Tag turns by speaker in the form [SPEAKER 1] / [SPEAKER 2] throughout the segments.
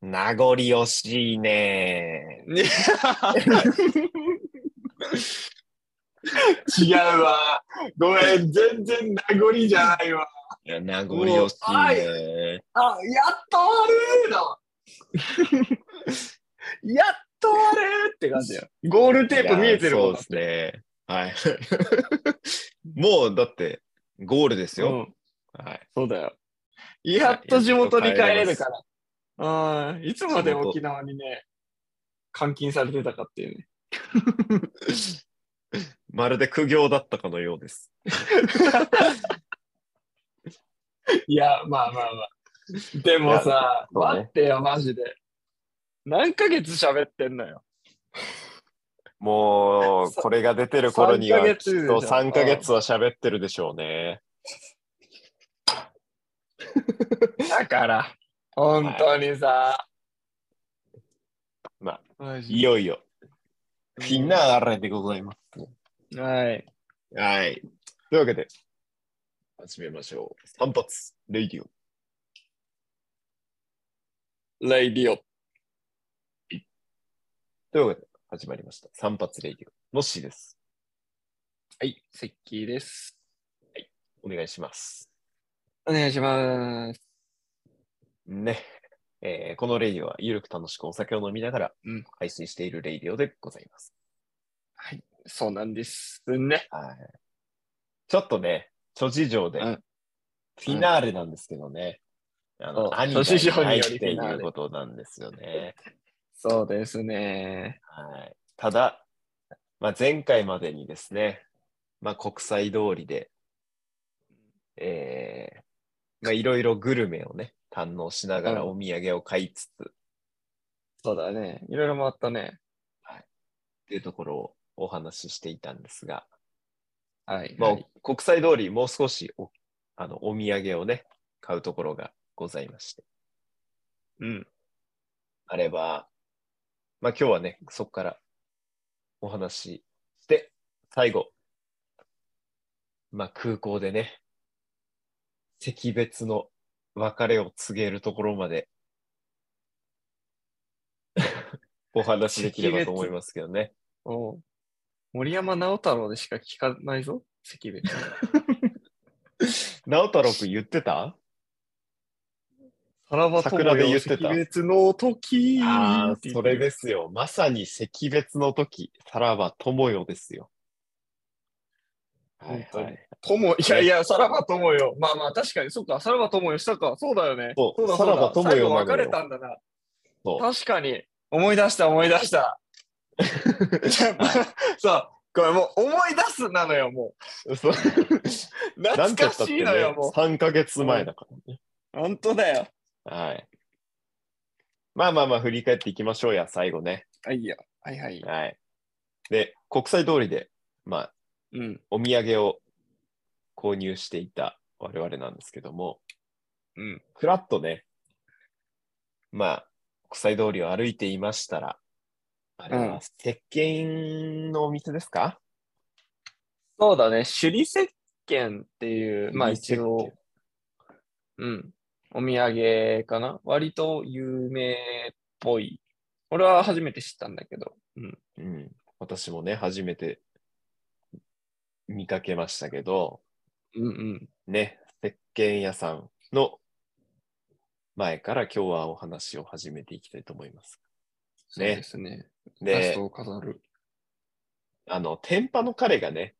[SPEAKER 1] 名残惜しいね。
[SPEAKER 2] ね違うわ。ごめん、全然名残じゃないわ。
[SPEAKER 1] いや名残惜しいね。
[SPEAKER 2] あ、やっと終わる の。やっと終わるって感じよ。ゴールテープ見えて
[SPEAKER 1] い
[SPEAKER 2] るも
[SPEAKER 1] や
[SPEAKER 2] ん。
[SPEAKER 1] そうですね。はい。 もうだってゴールです
[SPEAKER 2] う
[SPEAKER 1] よ。
[SPEAKER 2] ん
[SPEAKER 1] はい。
[SPEAKER 2] そうだよ。やっと地元に帰れるから。うん、いつまで沖縄にね、監禁されてたかっていうね。
[SPEAKER 1] まるで苦行だったかのようです。
[SPEAKER 2] いや、まあまあまあ。でも
[SPEAKER 1] い
[SPEAKER 2] さ、
[SPEAKER 1] まあね
[SPEAKER 2] 待ってよ、マジで。何ヶ月喋ってんのよ。
[SPEAKER 1] もう、
[SPEAKER 2] さ
[SPEAKER 1] これが出てる頃には、
[SPEAKER 2] 3ヶ
[SPEAKER 1] きっ
[SPEAKER 2] 月でし
[SPEAKER 1] と
[SPEAKER 2] ょ
[SPEAKER 1] 3ヶ月は喋ってるでしょうね。
[SPEAKER 2] だから、本当にさ。
[SPEAKER 1] ま
[SPEAKER 2] マジで
[SPEAKER 1] いよいよ、フィナーレでございます。
[SPEAKER 2] はい。
[SPEAKER 1] はい。というわけで、始めましょう。散髪、レイディオ。
[SPEAKER 2] レイディオ。
[SPEAKER 1] というわけで、始まりました。散髪レイディオ。のっしーです。
[SPEAKER 2] はい、セッキーです。
[SPEAKER 1] お願いします。
[SPEAKER 2] お願いします。
[SPEAKER 1] ね。えーこのレイディオは、ゆるく楽しくお酒を飲みながら
[SPEAKER 2] うん、
[SPEAKER 1] 配信しているレイディオでございます。
[SPEAKER 2] そうなんですね。
[SPEAKER 1] はい。ちょっとね、諸事情で、
[SPEAKER 2] う
[SPEAKER 1] フ
[SPEAKER 2] ん
[SPEAKER 1] ィナーレなんですけどね。あ
[SPEAKER 2] そう
[SPEAKER 1] の、兄が
[SPEAKER 2] 諸事情
[SPEAKER 1] いない
[SPEAKER 2] に
[SPEAKER 1] っ
[SPEAKER 2] より
[SPEAKER 1] てい
[SPEAKER 2] フィナー
[SPEAKER 1] う
[SPEAKER 2] レ
[SPEAKER 1] ことなんですよね。
[SPEAKER 2] そうですね。
[SPEAKER 1] はい。ただ、まあ、前回までにですね、まあ、国際通りで、えーまあ、いろいろグルメをね、堪能しながら
[SPEAKER 2] うん
[SPEAKER 1] お土産を買いつつ、
[SPEAKER 2] そうだね。いろいろ回ったね。
[SPEAKER 1] っていうところをお話ししていたんですが、
[SPEAKER 2] はい。
[SPEAKER 1] まあ、
[SPEAKER 2] はい
[SPEAKER 1] 国際通りもう少しおあのお土産をね、買うところがございまして、
[SPEAKER 2] うん。
[SPEAKER 1] あれば、まあ、今日はね、そこからお話しして、最後、まあ、空港でね、惜別の別れを告げるところまでお話しできればと思いますけどね。
[SPEAKER 2] おう森山直太朗でしか聞かないぞ、関部。
[SPEAKER 1] 直太郎くん言ってた
[SPEAKER 2] さらば
[SPEAKER 1] 桜で言ってた
[SPEAKER 2] 友よ赤別の時
[SPEAKER 1] ああ、それ
[SPEAKER 2] で。
[SPEAKER 1] ですよ。まさに惜別の時、さらば友よですよ。はい
[SPEAKER 2] 本当
[SPEAKER 1] は
[SPEAKER 2] に
[SPEAKER 1] い。
[SPEAKER 2] 友、いやいや、さらば友よ。まあまあ、確かに、そっか、さらば友よしたか。そうだよね。
[SPEAKER 1] そう
[SPEAKER 2] だ
[SPEAKER 1] さらば
[SPEAKER 2] そうだ
[SPEAKER 1] 友よ
[SPEAKER 2] 最後
[SPEAKER 1] なのよ
[SPEAKER 2] 別れたんだな。
[SPEAKER 1] そう
[SPEAKER 2] 確かに。思い出した、思い出 した。そう、これもう思い出すなのよ、も
[SPEAKER 1] そう
[SPEAKER 2] う。
[SPEAKER 1] なん
[SPEAKER 2] 懐
[SPEAKER 1] て言
[SPEAKER 2] か
[SPEAKER 1] ったっ
[SPEAKER 2] してい
[SPEAKER 1] ね
[SPEAKER 2] のよ、も、
[SPEAKER 1] 3ヶ月前だからね。
[SPEAKER 2] う。本当だよ。
[SPEAKER 1] はい。まあまあまあ、振り返っていきましょうや、最後ね。
[SPEAKER 2] あ、いいよ。はいはい。
[SPEAKER 1] はい。で、国際通りで、まあ、
[SPEAKER 2] うん。
[SPEAKER 1] お土産を購入していた我々なんですけども、
[SPEAKER 2] うん。
[SPEAKER 1] ふらっとね、まあ、国際通りを歩いていましたら、あれ
[SPEAKER 2] うん
[SPEAKER 1] は、石鹸のお店ですか、
[SPEAKER 2] そうだね。首里石鹸っていう、まあ
[SPEAKER 1] 首里石
[SPEAKER 2] 一
[SPEAKER 1] 鹸
[SPEAKER 2] 応、うん。お土産かな割と有名っぽい。俺は初めて知ったんだけど。うん。
[SPEAKER 1] うん、私もね、初めて見かけましたけど、
[SPEAKER 2] うんうん。
[SPEAKER 1] ね、石鹸屋さんの前から今日はお話を始めていきたいと思います。
[SPEAKER 2] そうですね。ラス
[SPEAKER 1] で
[SPEAKER 2] ト、を飾る。
[SPEAKER 1] あの、天パの彼がね、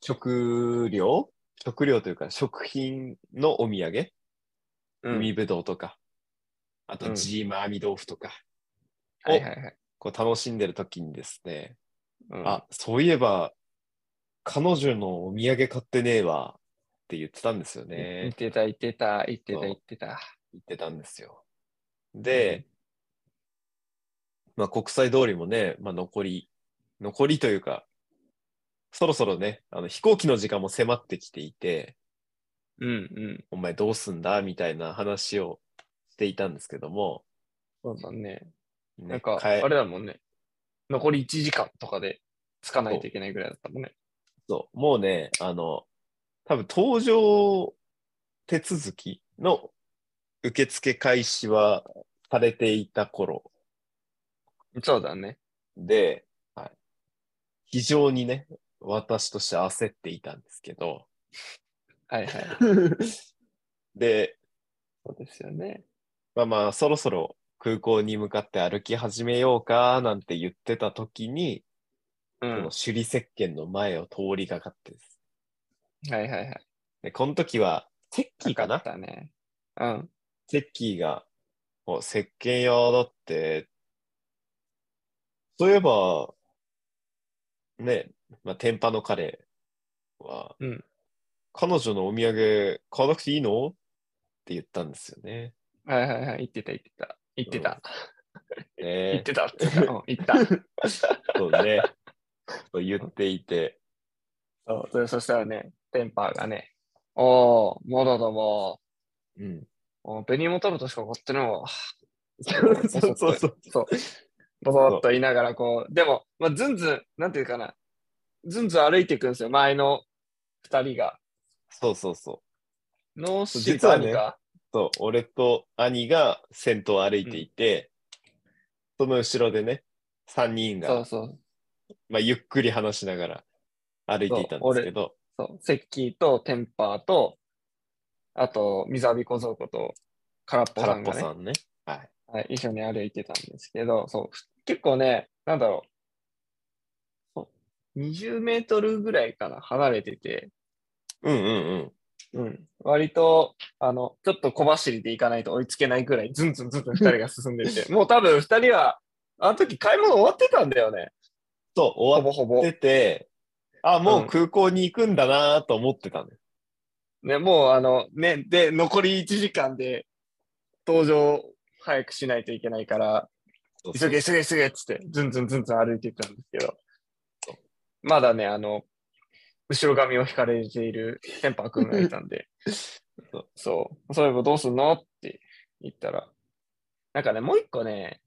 [SPEAKER 1] 食料食料というか食品のお土産、
[SPEAKER 2] うん
[SPEAKER 1] 海ぶどうとか、あ
[SPEAKER 2] う
[SPEAKER 1] と
[SPEAKER 2] ん
[SPEAKER 1] ジーマーミ豆腐とか、を
[SPEAKER 2] はいはいはい。
[SPEAKER 1] こう楽しんでる時にですね、
[SPEAKER 2] うん
[SPEAKER 1] あ、そういえば、彼女のお土産買ってねえわって言ってたんですよね。
[SPEAKER 2] 言ってた、言ってた、言って
[SPEAKER 1] そ
[SPEAKER 2] た、
[SPEAKER 1] う
[SPEAKER 2] 言ってた。
[SPEAKER 1] 言ってたんですよ。で、まあ、国際通りもね、まあ、残り、残りというか、そろそろね、あの飛行機の時間も迫ってきていて、
[SPEAKER 2] うんうん。
[SPEAKER 1] お前どうすんだみたいな話をしていたんですけども、
[SPEAKER 2] そうだね。
[SPEAKER 1] ね
[SPEAKER 2] なんか、
[SPEAKER 1] 帰
[SPEAKER 2] あれだもんね。残り1時間とかで着かないといけないぐらいだったもんね。
[SPEAKER 1] そうもうね、あの、多分搭乗手続きの受付開始はされていた頃
[SPEAKER 2] そうだね。
[SPEAKER 1] で、
[SPEAKER 2] はい
[SPEAKER 1] 非常にね、私として焦っていたんですけ ど、
[SPEAKER 2] はいはい。
[SPEAKER 1] で、
[SPEAKER 2] そうですよね。
[SPEAKER 1] まあまあ、そろそろ空港に向かって歩き始めようかなんて言ってた時に、
[SPEAKER 2] う
[SPEAKER 1] こ
[SPEAKER 2] ん。
[SPEAKER 1] の
[SPEAKER 2] は
[SPEAKER 1] 首里石鹸の前を通りかかってです。
[SPEAKER 2] いはいはい。
[SPEAKER 1] で、この時は、セッキーか
[SPEAKER 2] よ
[SPEAKER 1] な
[SPEAKER 2] ったね。うん。
[SPEAKER 1] セッキーが、お石鹸屋だって、そういえば、ね、まあ、天パの彼は、
[SPEAKER 2] うん
[SPEAKER 1] 彼女のお土産買わなくていいのって言ったんですよね。
[SPEAKER 2] はいはいはい。言ってた言ってた。言ってた。
[SPEAKER 1] ね
[SPEAKER 2] 言ってたっていうか、うん言った。
[SPEAKER 1] そうね。と言っていて、
[SPEAKER 2] そうそれそしたらね、テンパーがね、おー、まだだわ。
[SPEAKER 1] うん。
[SPEAKER 2] おベニモタルトしか買ってないわ。
[SPEAKER 1] そうそうそう。
[SPEAKER 2] そう。ボソッと言いながら、こう、でも、まあ、ずんずん、なんていうかな、ずんずん歩いていくんですよ、前の二人が。
[SPEAKER 1] そうそうそう。
[SPEAKER 2] ノーシー
[SPEAKER 1] 実はね
[SPEAKER 2] 兄が
[SPEAKER 1] そう俺と兄が先頭を歩いていて、その後ろでね、3人
[SPEAKER 2] そう
[SPEAKER 1] が、
[SPEAKER 2] そう、
[SPEAKER 1] まあ、ゆっくり話しながら歩いていたんですけど、
[SPEAKER 2] そう、セッキーとテンパーと、あと、水浴び小僧子と、空っぽさ
[SPEAKER 1] 空っ
[SPEAKER 2] ん
[SPEAKER 1] ぽ
[SPEAKER 2] がね、
[SPEAKER 1] さんね。はい。
[SPEAKER 2] はい、一緒に歩いてたんですけど、そう、結構ね、なんだろうそう、20メートルぐらいから離れてて、
[SPEAKER 1] うんうん
[SPEAKER 2] うん、割と、あの、ちょっと小走りで行かないと追いつけないぐらい、ずんずんずんずん2人が進んでて、もう多分2人は、あの時買い物終わってたんだよね。
[SPEAKER 1] そう、
[SPEAKER 2] ほ
[SPEAKER 1] 終わ
[SPEAKER 2] ぼほ
[SPEAKER 1] っ
[SPEAKER 2] ぼ。
[SPEAKER 1] てて、あ、も
[SPEAKER 2] う
[SPEAKER 1] うん空港に行くんだなと思ってたのよ。
[SPEAKER 2] ね、もうあの、ね、で、残り1時間で、登場早くしないといけないから、
[SPEAKER 1] そうそ
[SPEAKER 2] 急
[SPEAKER 1] う
[SPEAKER 2] げ急げ急げっつって、ずんずんずんずん歩いていったんですけど、まだね、あの、後ろ髪を引かれているテンパー君がいたんで
[SPEAKER 1] そう、
[SPEAKER 2] そう、そういえばどうすんのって言ったら、なんかね、もう一個ね、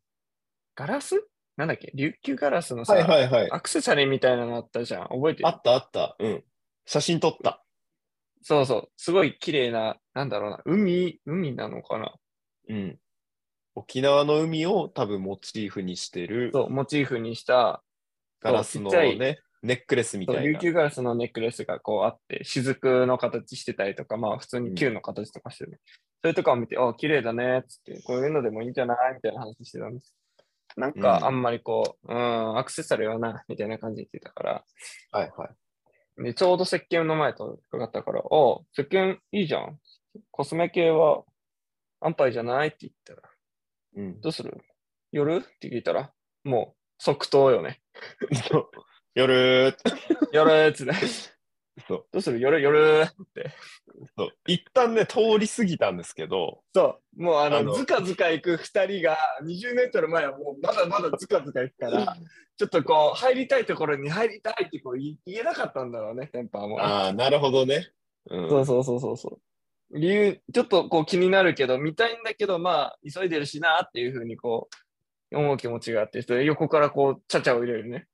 [SPEAKER 2] ガラスなんだっけ琉球ガラスのさ、
[SPEAKER 1] はいはいはい。
[SPEAKER 2] アクセサリーみたいなのあったじゃん。覚えて
[SPEAKER 1] あ
[SPEAKER 2] る
[SPEAKER 1] ったあった。うん。写真撮った。
[SPEAKER 2] そうそう。すごい綺麗な、なんだろうな、海、海なのかな
[SPEAKER 1] うん。沖縄の海を多分モチーフにしてる
[SPEAKER 2] そう、モチーフにした、
[SPEAKER 1] ガラスの
[SPEAKER 2] そうちっちゃ
[SPEAKER 1] ね、ネックレスみ
[SPEAKER 2] そ
[SPEAKER 1] た
[SPEAKER 2] う
[SPEAKER 1] い
[SPEAKER 2] 琉
[SPEAKER 1] な。
[SPEAKER 2] 球ガラスのネックレスがこうあって、雫の形してたりとか、まあ普通に球の形とかしてる。それとかを見て、あ、綺麗だね、つって、こういうのでもいいんじゃないみたいな話してたんです。なん
[SPEAKER 1] う
[SPEAKER 2] か
[SPEAKER 1] ん
[SPEAKER 2] あんまりこう、うん、アクセサリーはな、みたいな感じで言ってたから、
[SPEAKER 1] はいはい。
[SPEAKER 2] で、ちょうど石鹸の前とかかったから、あ、石鹸いいじゃん。コスメ系は安牌じゃないって言ったら、
[SPEAKER 1] うん。
[SPEAKER 2] どうする夜って聞いたら、もう即答よね。
[SPEAKER 1] そう夜ーって
[SPEAKER 2] 夜っつって、
[SPEAKER 1] そう
[SPEAKER 2] どうする夜夜って。
[SPEAKER 1] そう一旦ね、通り過ぎたんですけど、
[SPEAKER 2] そう、もうあの、
[SPEAKER 1] あの
[SPEAKER 2] ずかずか行く2人が、20メートル前はもうまだまだずかずか行くから、ちょっとこう、入りたいところに入りたいってこう言い言えなかったんだろうね、テンパーも。
[SPEAKER 1] ああ、なるほどね。うん、
[SPEAKER 2] そうそうそうそうそう。理由、ちょっとこう気になるけど、見たいんだけど、まあ、急いでるしなっていうふうにこう、思う気持ちがあって、それ横からこう、ちゃちゃを入れるね。
[SPEAKER 1] はい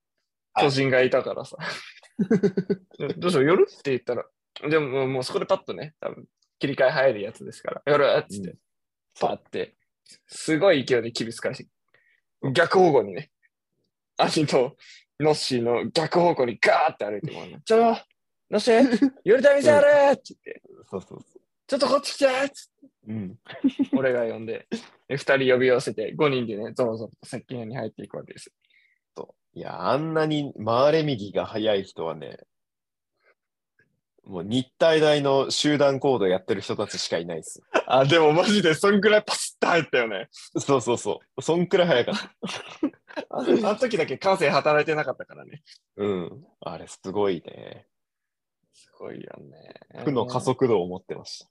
[SPEAKER 2] 巨人がいたから さ。どうしよう、夜って言ったら、でももうもうそこでパッとね、多分切り替え入るやつですから、夜っつって。
[SPEAKER 1] うん
[SPEAKER 2] パーって、すごい勢いでキビス返して、逆方向にね、兄とノッシーの逆方向にガーって歩いてもらうの ちょ、ノッシー、寄りたい店あるって言って、
[SPEAKER 1] そうそうそ
[SPEAKER 2] ちょっとこっち来てーっつっ
[SPEAKER 1] う。うん。
[SPEAKER 2] て俺が呼んで、で二人呼び寄せて、5人でね、ゾロゾロと石鹸屋に入っていくわけです。
[SPEAKER 1] いや、あんなに回れ右が速い人はね、もう日体大の集団行動やってる人たちしかいないです。
[SPEAKER 2] あ、でもマジでそんくらいパスッと入ったよね。
[SPEAKER 1] そうそうそう。そんくらい速かった。
[SPEAKER 2] ああの時だけ感性働いてなかったからね。
[SPEAKER 1] うん。あれ、すごいね。
[SPEAKER 2] すごいよね。
[SPEAKER 1] 負の加。速度を持ってまし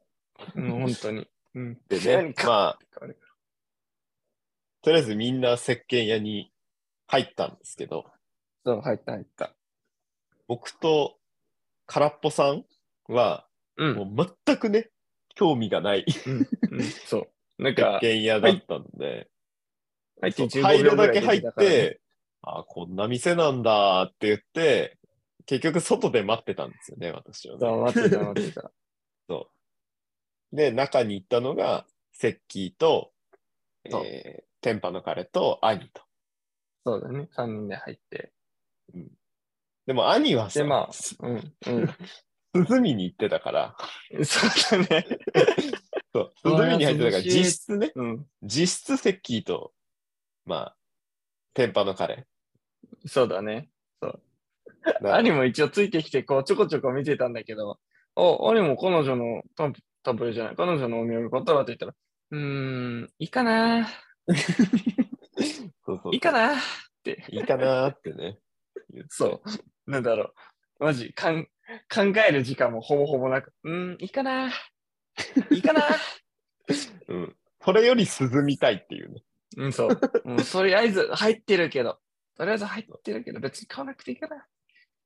[SPEAKER 2] うん、本当に。うん。
[SPEAKER 1] た。でね
[SPEAKER 2] 何、
[SPEAKER 1] ま
[SPEAKER 2] か
[SPEAKER 1] あ、とりあえずみんな石鹸屋に入ったんですけど、
[SPEAKER 2] そう、入った入った。
[SPEAKER 1] 僕と空っぽさんは、
[SPEAKER 2] うん。
[SPEAKER 1] もう全くね、興味がない石
[SPEAKER 2] うんうんそう。なんか、
[SPEAKER 1] 鹸屋だったんで、
[SPEAKER 2] 入って
[SPEAKER 1] そう
[SPEAKER 2] 15
[SPEAKER 1] 入る
[SPEAKER 2] 秒ぐ
[SPEAKER 1] だ
[SPEAKER 2] らい
[SPEAKER 1] け
[SPEAKER 2] で
[SPEAKER 1] 入っ
[SPEAKER 2] 出
[SPEAKER 1] て
[SPEAKER 2] た、からね
[SPEAKER 1] あこんな店なんだって言って、結局外で待ってたんですよね、私はね、
[SPEAKER 2] そう待ってた、待っ てた。
[SPEAKER 1] で、中に行ったのが、セッキーと、
[SPEAKER 2] そう
[SPEAKER 1] えー、テンパの彼と兄と。
[SPEAKER 2] そうだね。3人で入って。
[SPEAKER 1] でも兄はさ、
[SPEAKER 2] でまあ
[SPEAKER 1] す
[SPEAKER 2] うん。うん。
[SPEAKER 1] 涼みに行ってたから、
[SPEAKER 2] そうだね。
[SPEAKER 1] そう
[SPEAKER 2] うわー
[SPEAKER 1] 涼みに入ってたから、
[SPEAKER 2] 涼しい
[SPEAKER 1] 実質ね、
[SPEAKER 2] うん。
[SPEAKER 1] 実質セッキーと、まあ、テンパの彼。
[SPEAKER 2] そうだね。
[SPEAKER 1] だから
[SPEAKER 2] 兄も一応ついてきて、こう、ちょこちょこ見てたんだけど、あ、兄も彼女のタンタンプレじゃない、彼女のお土産買ったらって言ったら、うーん、いいかな、
[SPEAKER 1] そうそうそう
[SPEAKER 2] いいかなって。
[SPEAKER 1] いいかなーってね。
[SPEAKER 2] そう。なんだろう。マジ、かん考える時間もほぼほぼなく、うーん、いいかない いかな
[SPEAKER 1] うん。それより涼みたいっていうね。
[SPEAKER 2] うん、そう。もうとりあえず入ってるけど、とりあえず入ってるけど、別に買わなくていいかな。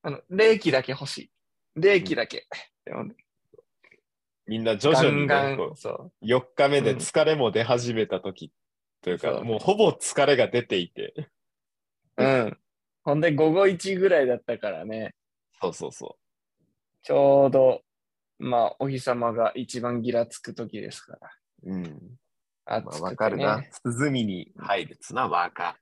[SPEAKER 2] あの、冷気だけ欲しい。冷気だけ。でも
[SPEAKER 1] みんな徐
[SPEAKER 2] ガ
[SPEAKER 1] 々
[SPEAKER 2] ン
[SPEAKER 1] に、
[SPEAKER 2] ガ
[SPEAKER 1] ね、
[SPEAKER 2] ン
[SPEAKER 1] こ、
[SPEAKER 2] そう。
[SPEAKER 1] う4日目
[SPEAKER 2] う
[SPEAKER 1] で
[SPEAKER 2] ん
[SPEAKER 1] 疲れも出始めた時、という
[SPEAKER 2] そ
[SPEAKER 1] か、
[SPEAKER 2] う
[SPEAKER 1] もうほぼ疲れが出ていて。
[SPEAKER 2] うん。ほんで、午後1ぐらいだったからね、
[SPEAKER 1] そうそうそ
[SPEAKER 2] ちょうど、まあ、お日様が一番ギラつく時ですから。
[SPEAKER 1] う。うん。
[SPEAKER 2] 暑く
[SPEAKER 1] ま
[SPEAKER 2] て
[SPEAKER 1] あ、
[SPEAKER 2] ね
[SPEAKER 1] わかるな。涼みに入るつな、わか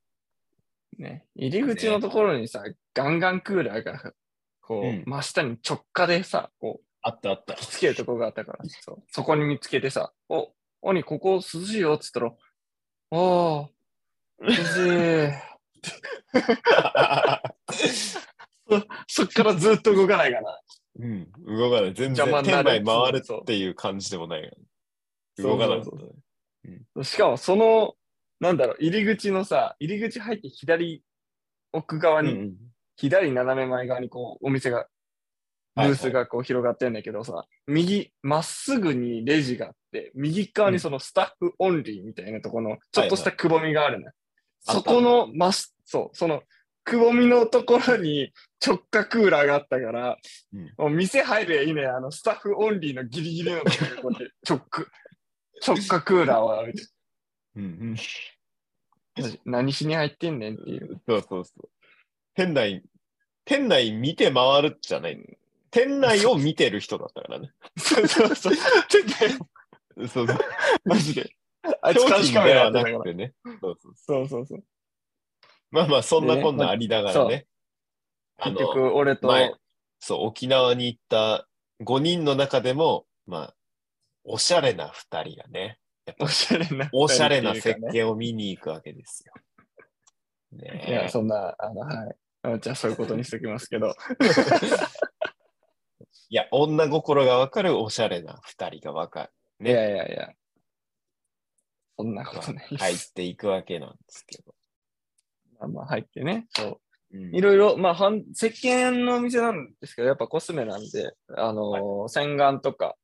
[SPEAKER 2] ね。入り口のところにさ、ガンガンクーラーが、こう、
[SPEAKER 1] うん
[SPEAKER 2] 真下に直下でさ、こ
[SPEAKER 1] あったあった
[SPEAKER 2] う、。つける とこがあったから、そうそこに見つけてさ、お、兄、ここ涼しいよっつったら、おー、涼しい。 そっからずっと動かないから。
[SPEAKER 1] うん、動かない。全然
[SPEAKER 2] 邪魔にな
[SPEAKER 1] 店
[SPEAKER 2] る
[SPEAKER 1] 内回るっていう感じでもないよね。
[SPEAKER 2] そう
[SPEAKER 1] 動かない
[SPEAKER 2] そうそしかもその、なんだろう、入り口のさ、入り口入って左奥側
[SPEAKER 1] うん
[SPEAKER 2] に、
[SPEAKER 1] うん
[SPEAKER 2] 左斜め前側にこう、お店が、ブ
[SPEAKER 1] はい
[SPEAKER 2] ースがこう広がってんだけどさ、右、まっすぐにレジがあって、右側にそのスタッフオンリーみたいなとこの、ちょっとしたくぼみがあるのよ、
[SPEAKER 1] はいはい
[SPEAKER 2] そこの、まっす、そう、その、くぼみのところに直下クーラーがあったから、
[SPEAKER 1] うん
[SPEAKER 2] もう店入ればいいね、あの、スタッフオンリーのギリギリのところにこ うやって直下、直下クーラーを置いて
[SPEAKER 1] うんうん
[SPEAKER 2] 何しに入ってんねんっ ていう。
[SPEAKER 1] そうそうそう。店内、店内見て回るじゃない。店内を見てる人だったからね。
[SPEAKER 2] そうそう そう。ちょっ と
[SPEAKER 1] そう そう。
[SPEAKER 2] マジで。あ
[SPEAKER 1] あ
[SPEAKER 2] いつ監視カメラ
[SPEAKER 1] は
[SPEAKER 2] やってた
[SPEAKER 1] な
[SPEAKER 2] から
[SPEAKER 1] くてね。そうそう
[SPEAKER 2] そうそうそう。
[SPEAKER 1] まあまあ、そんな
[SPEAKER 2] でね
[SPEAKER 1] こんなありながらね。あ
[SPEAKER 2] 結
[SPEAKER 1] の、
[SPEAKER 2] 局、俺と、
[SPEAKER 1] 前そう、沖縄に行った5人の中でも、まあ、おしゃれな2人がね、
[SPEAKER 2] おしゃれな。
[SPEAKER 1] おしゃれな
[SPEAKER 2] 世
[SPEAKER 1] 設
[SPEAKER 2] 界
[SPEAKER 1] 計を見に行くわけですよ。ね
[SPEAKER 2] い
[SPEAKER 1] え
[SPEAKER 2] や、そんな、あの、はい。あじゃあ、そういうことにしときますけ ど。
[SPEAKER 1] いや、女心がわかるおしゃれな2人がわか
[SPEAKER 2] いやいやいや。そんなことない
[SPEAKER 1] る。
[SPEAKER 2] です。
[SPEAKER 1] 入っていくわけなんですけど。
[SPEAKER 2] まあまあ、入ってね。そう。
[SPEAKER 1] うん
[SPEAKER 2] いろいろ、まあ、はん石鹸のお店なんですけど、やっぱコスメなんで、あのー洗顔とか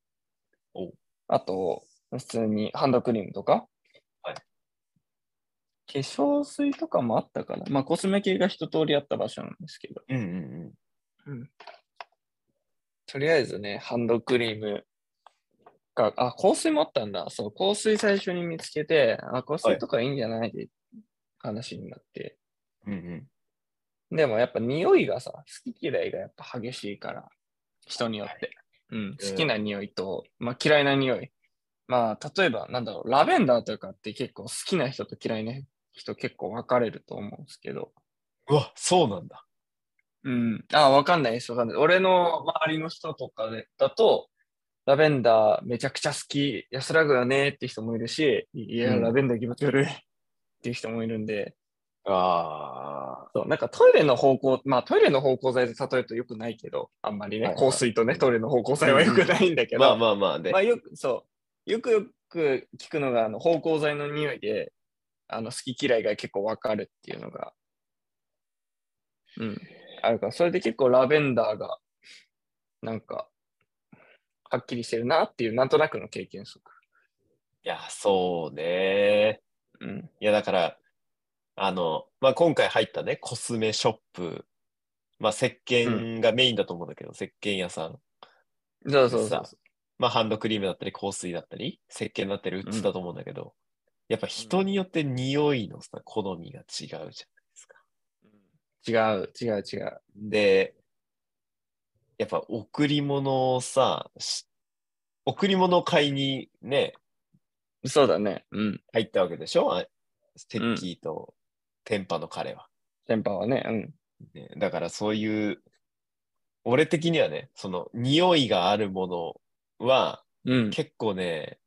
[SPEAKER 1] お、
[SPEAKER 2] あと、普通にハンドクリームとか、
[SPEAKER 1] はい
[SPEAKER 2] 化粧水とかもあったかな。まあ、コスメ系が一通りあった場所なんですけど、
[SPEAKER 1] うんうん
[SPEAKER 2] とりあえずね、ハンドクリームが、あ、香水もあったんだ。そう、香水最初に見つけて、あ、香水とかいいんじゃないって話になって、
[SPEAKER 1] うん。うんうん
[SPEAKER 2] でもやっぱ匂いがさ、好き嫌いがやっぱ激しいから、人によって。うん、好きな匂いと、まあ嫌いな匂い。まあ例えば、なんだろう、ラベンダーとかって結構好きな人と嫌いな人結構分かれると思うんですけど。
[SPEAKER 1] うわ、そうなんだ。
[SPEAKER 2] うん。あ、分かんないです、分かんない。俺の周りの人とかでだと、ラベンダーめちゃくちゃ好き、安らぐよねって人もいるし、いや、
[SPEAKER 1] うん
[SPEAKER 2] ラベンダー気持ち悪いっていう人もいるんで、
[SPEAKER 1] あ
[SPEAKER 2] そう、なんかトイレの方向、まあトイレの方向剤で例えると良くないけど、あんまりね、
[SPEAKER 1] はいはい
[SPEAKER 2] 香水とね、トイレの方向剤は良くないんだけ
[SPEAKER 1] あ。
[SPEAKER 2] ど、
[SPEAKER 1] まあまあまあ、で
[SPEAKER 2] ま、あよく、そう、よくよく聞くのが、あの、芳香剤の匂いで、あの、好き嫌いが結構わかるっていうのが、うん、あるから、それで結構ラベンダーが、なんか、はっきりしてるなっていう、なんとなくの経験則。
[SPEAKER 1] いや、そうね。
[SPEAKER 2] うん。
[SPEAKER 1] いや、だから、あの、まあ、今回入ったね、コスメショップ、まあ、石鹸がメインだと思うんだけど、石鹸屋さん。
[SPEAKER 2] そうそうそう。
[SPEAKER 1] まあ、ハンドクリームだったり、香水だったり、石鹸だったり、ウッズだと思うんだけど、やっぱ人によって匂いのさ、好みが違うじゃん。
[SPEAKER 2] 違う、違う、違う。
[SPEAKER 1] で、やっぱ贈り物をさ、し贈り物を買いにね、
[SPEAKER 2] そうだね。うん。
[SPEAKER 1] 入ったわけでしょあテッキーとテンパの彼は、
[SPEAKER 2] 先輩はね。うん。
[SPEAKER 1] ねだからそういう、俺的にはね、その匂いがあるものは
[SPEAKER 2] うん。
[SPEAKER 1] 結構ね、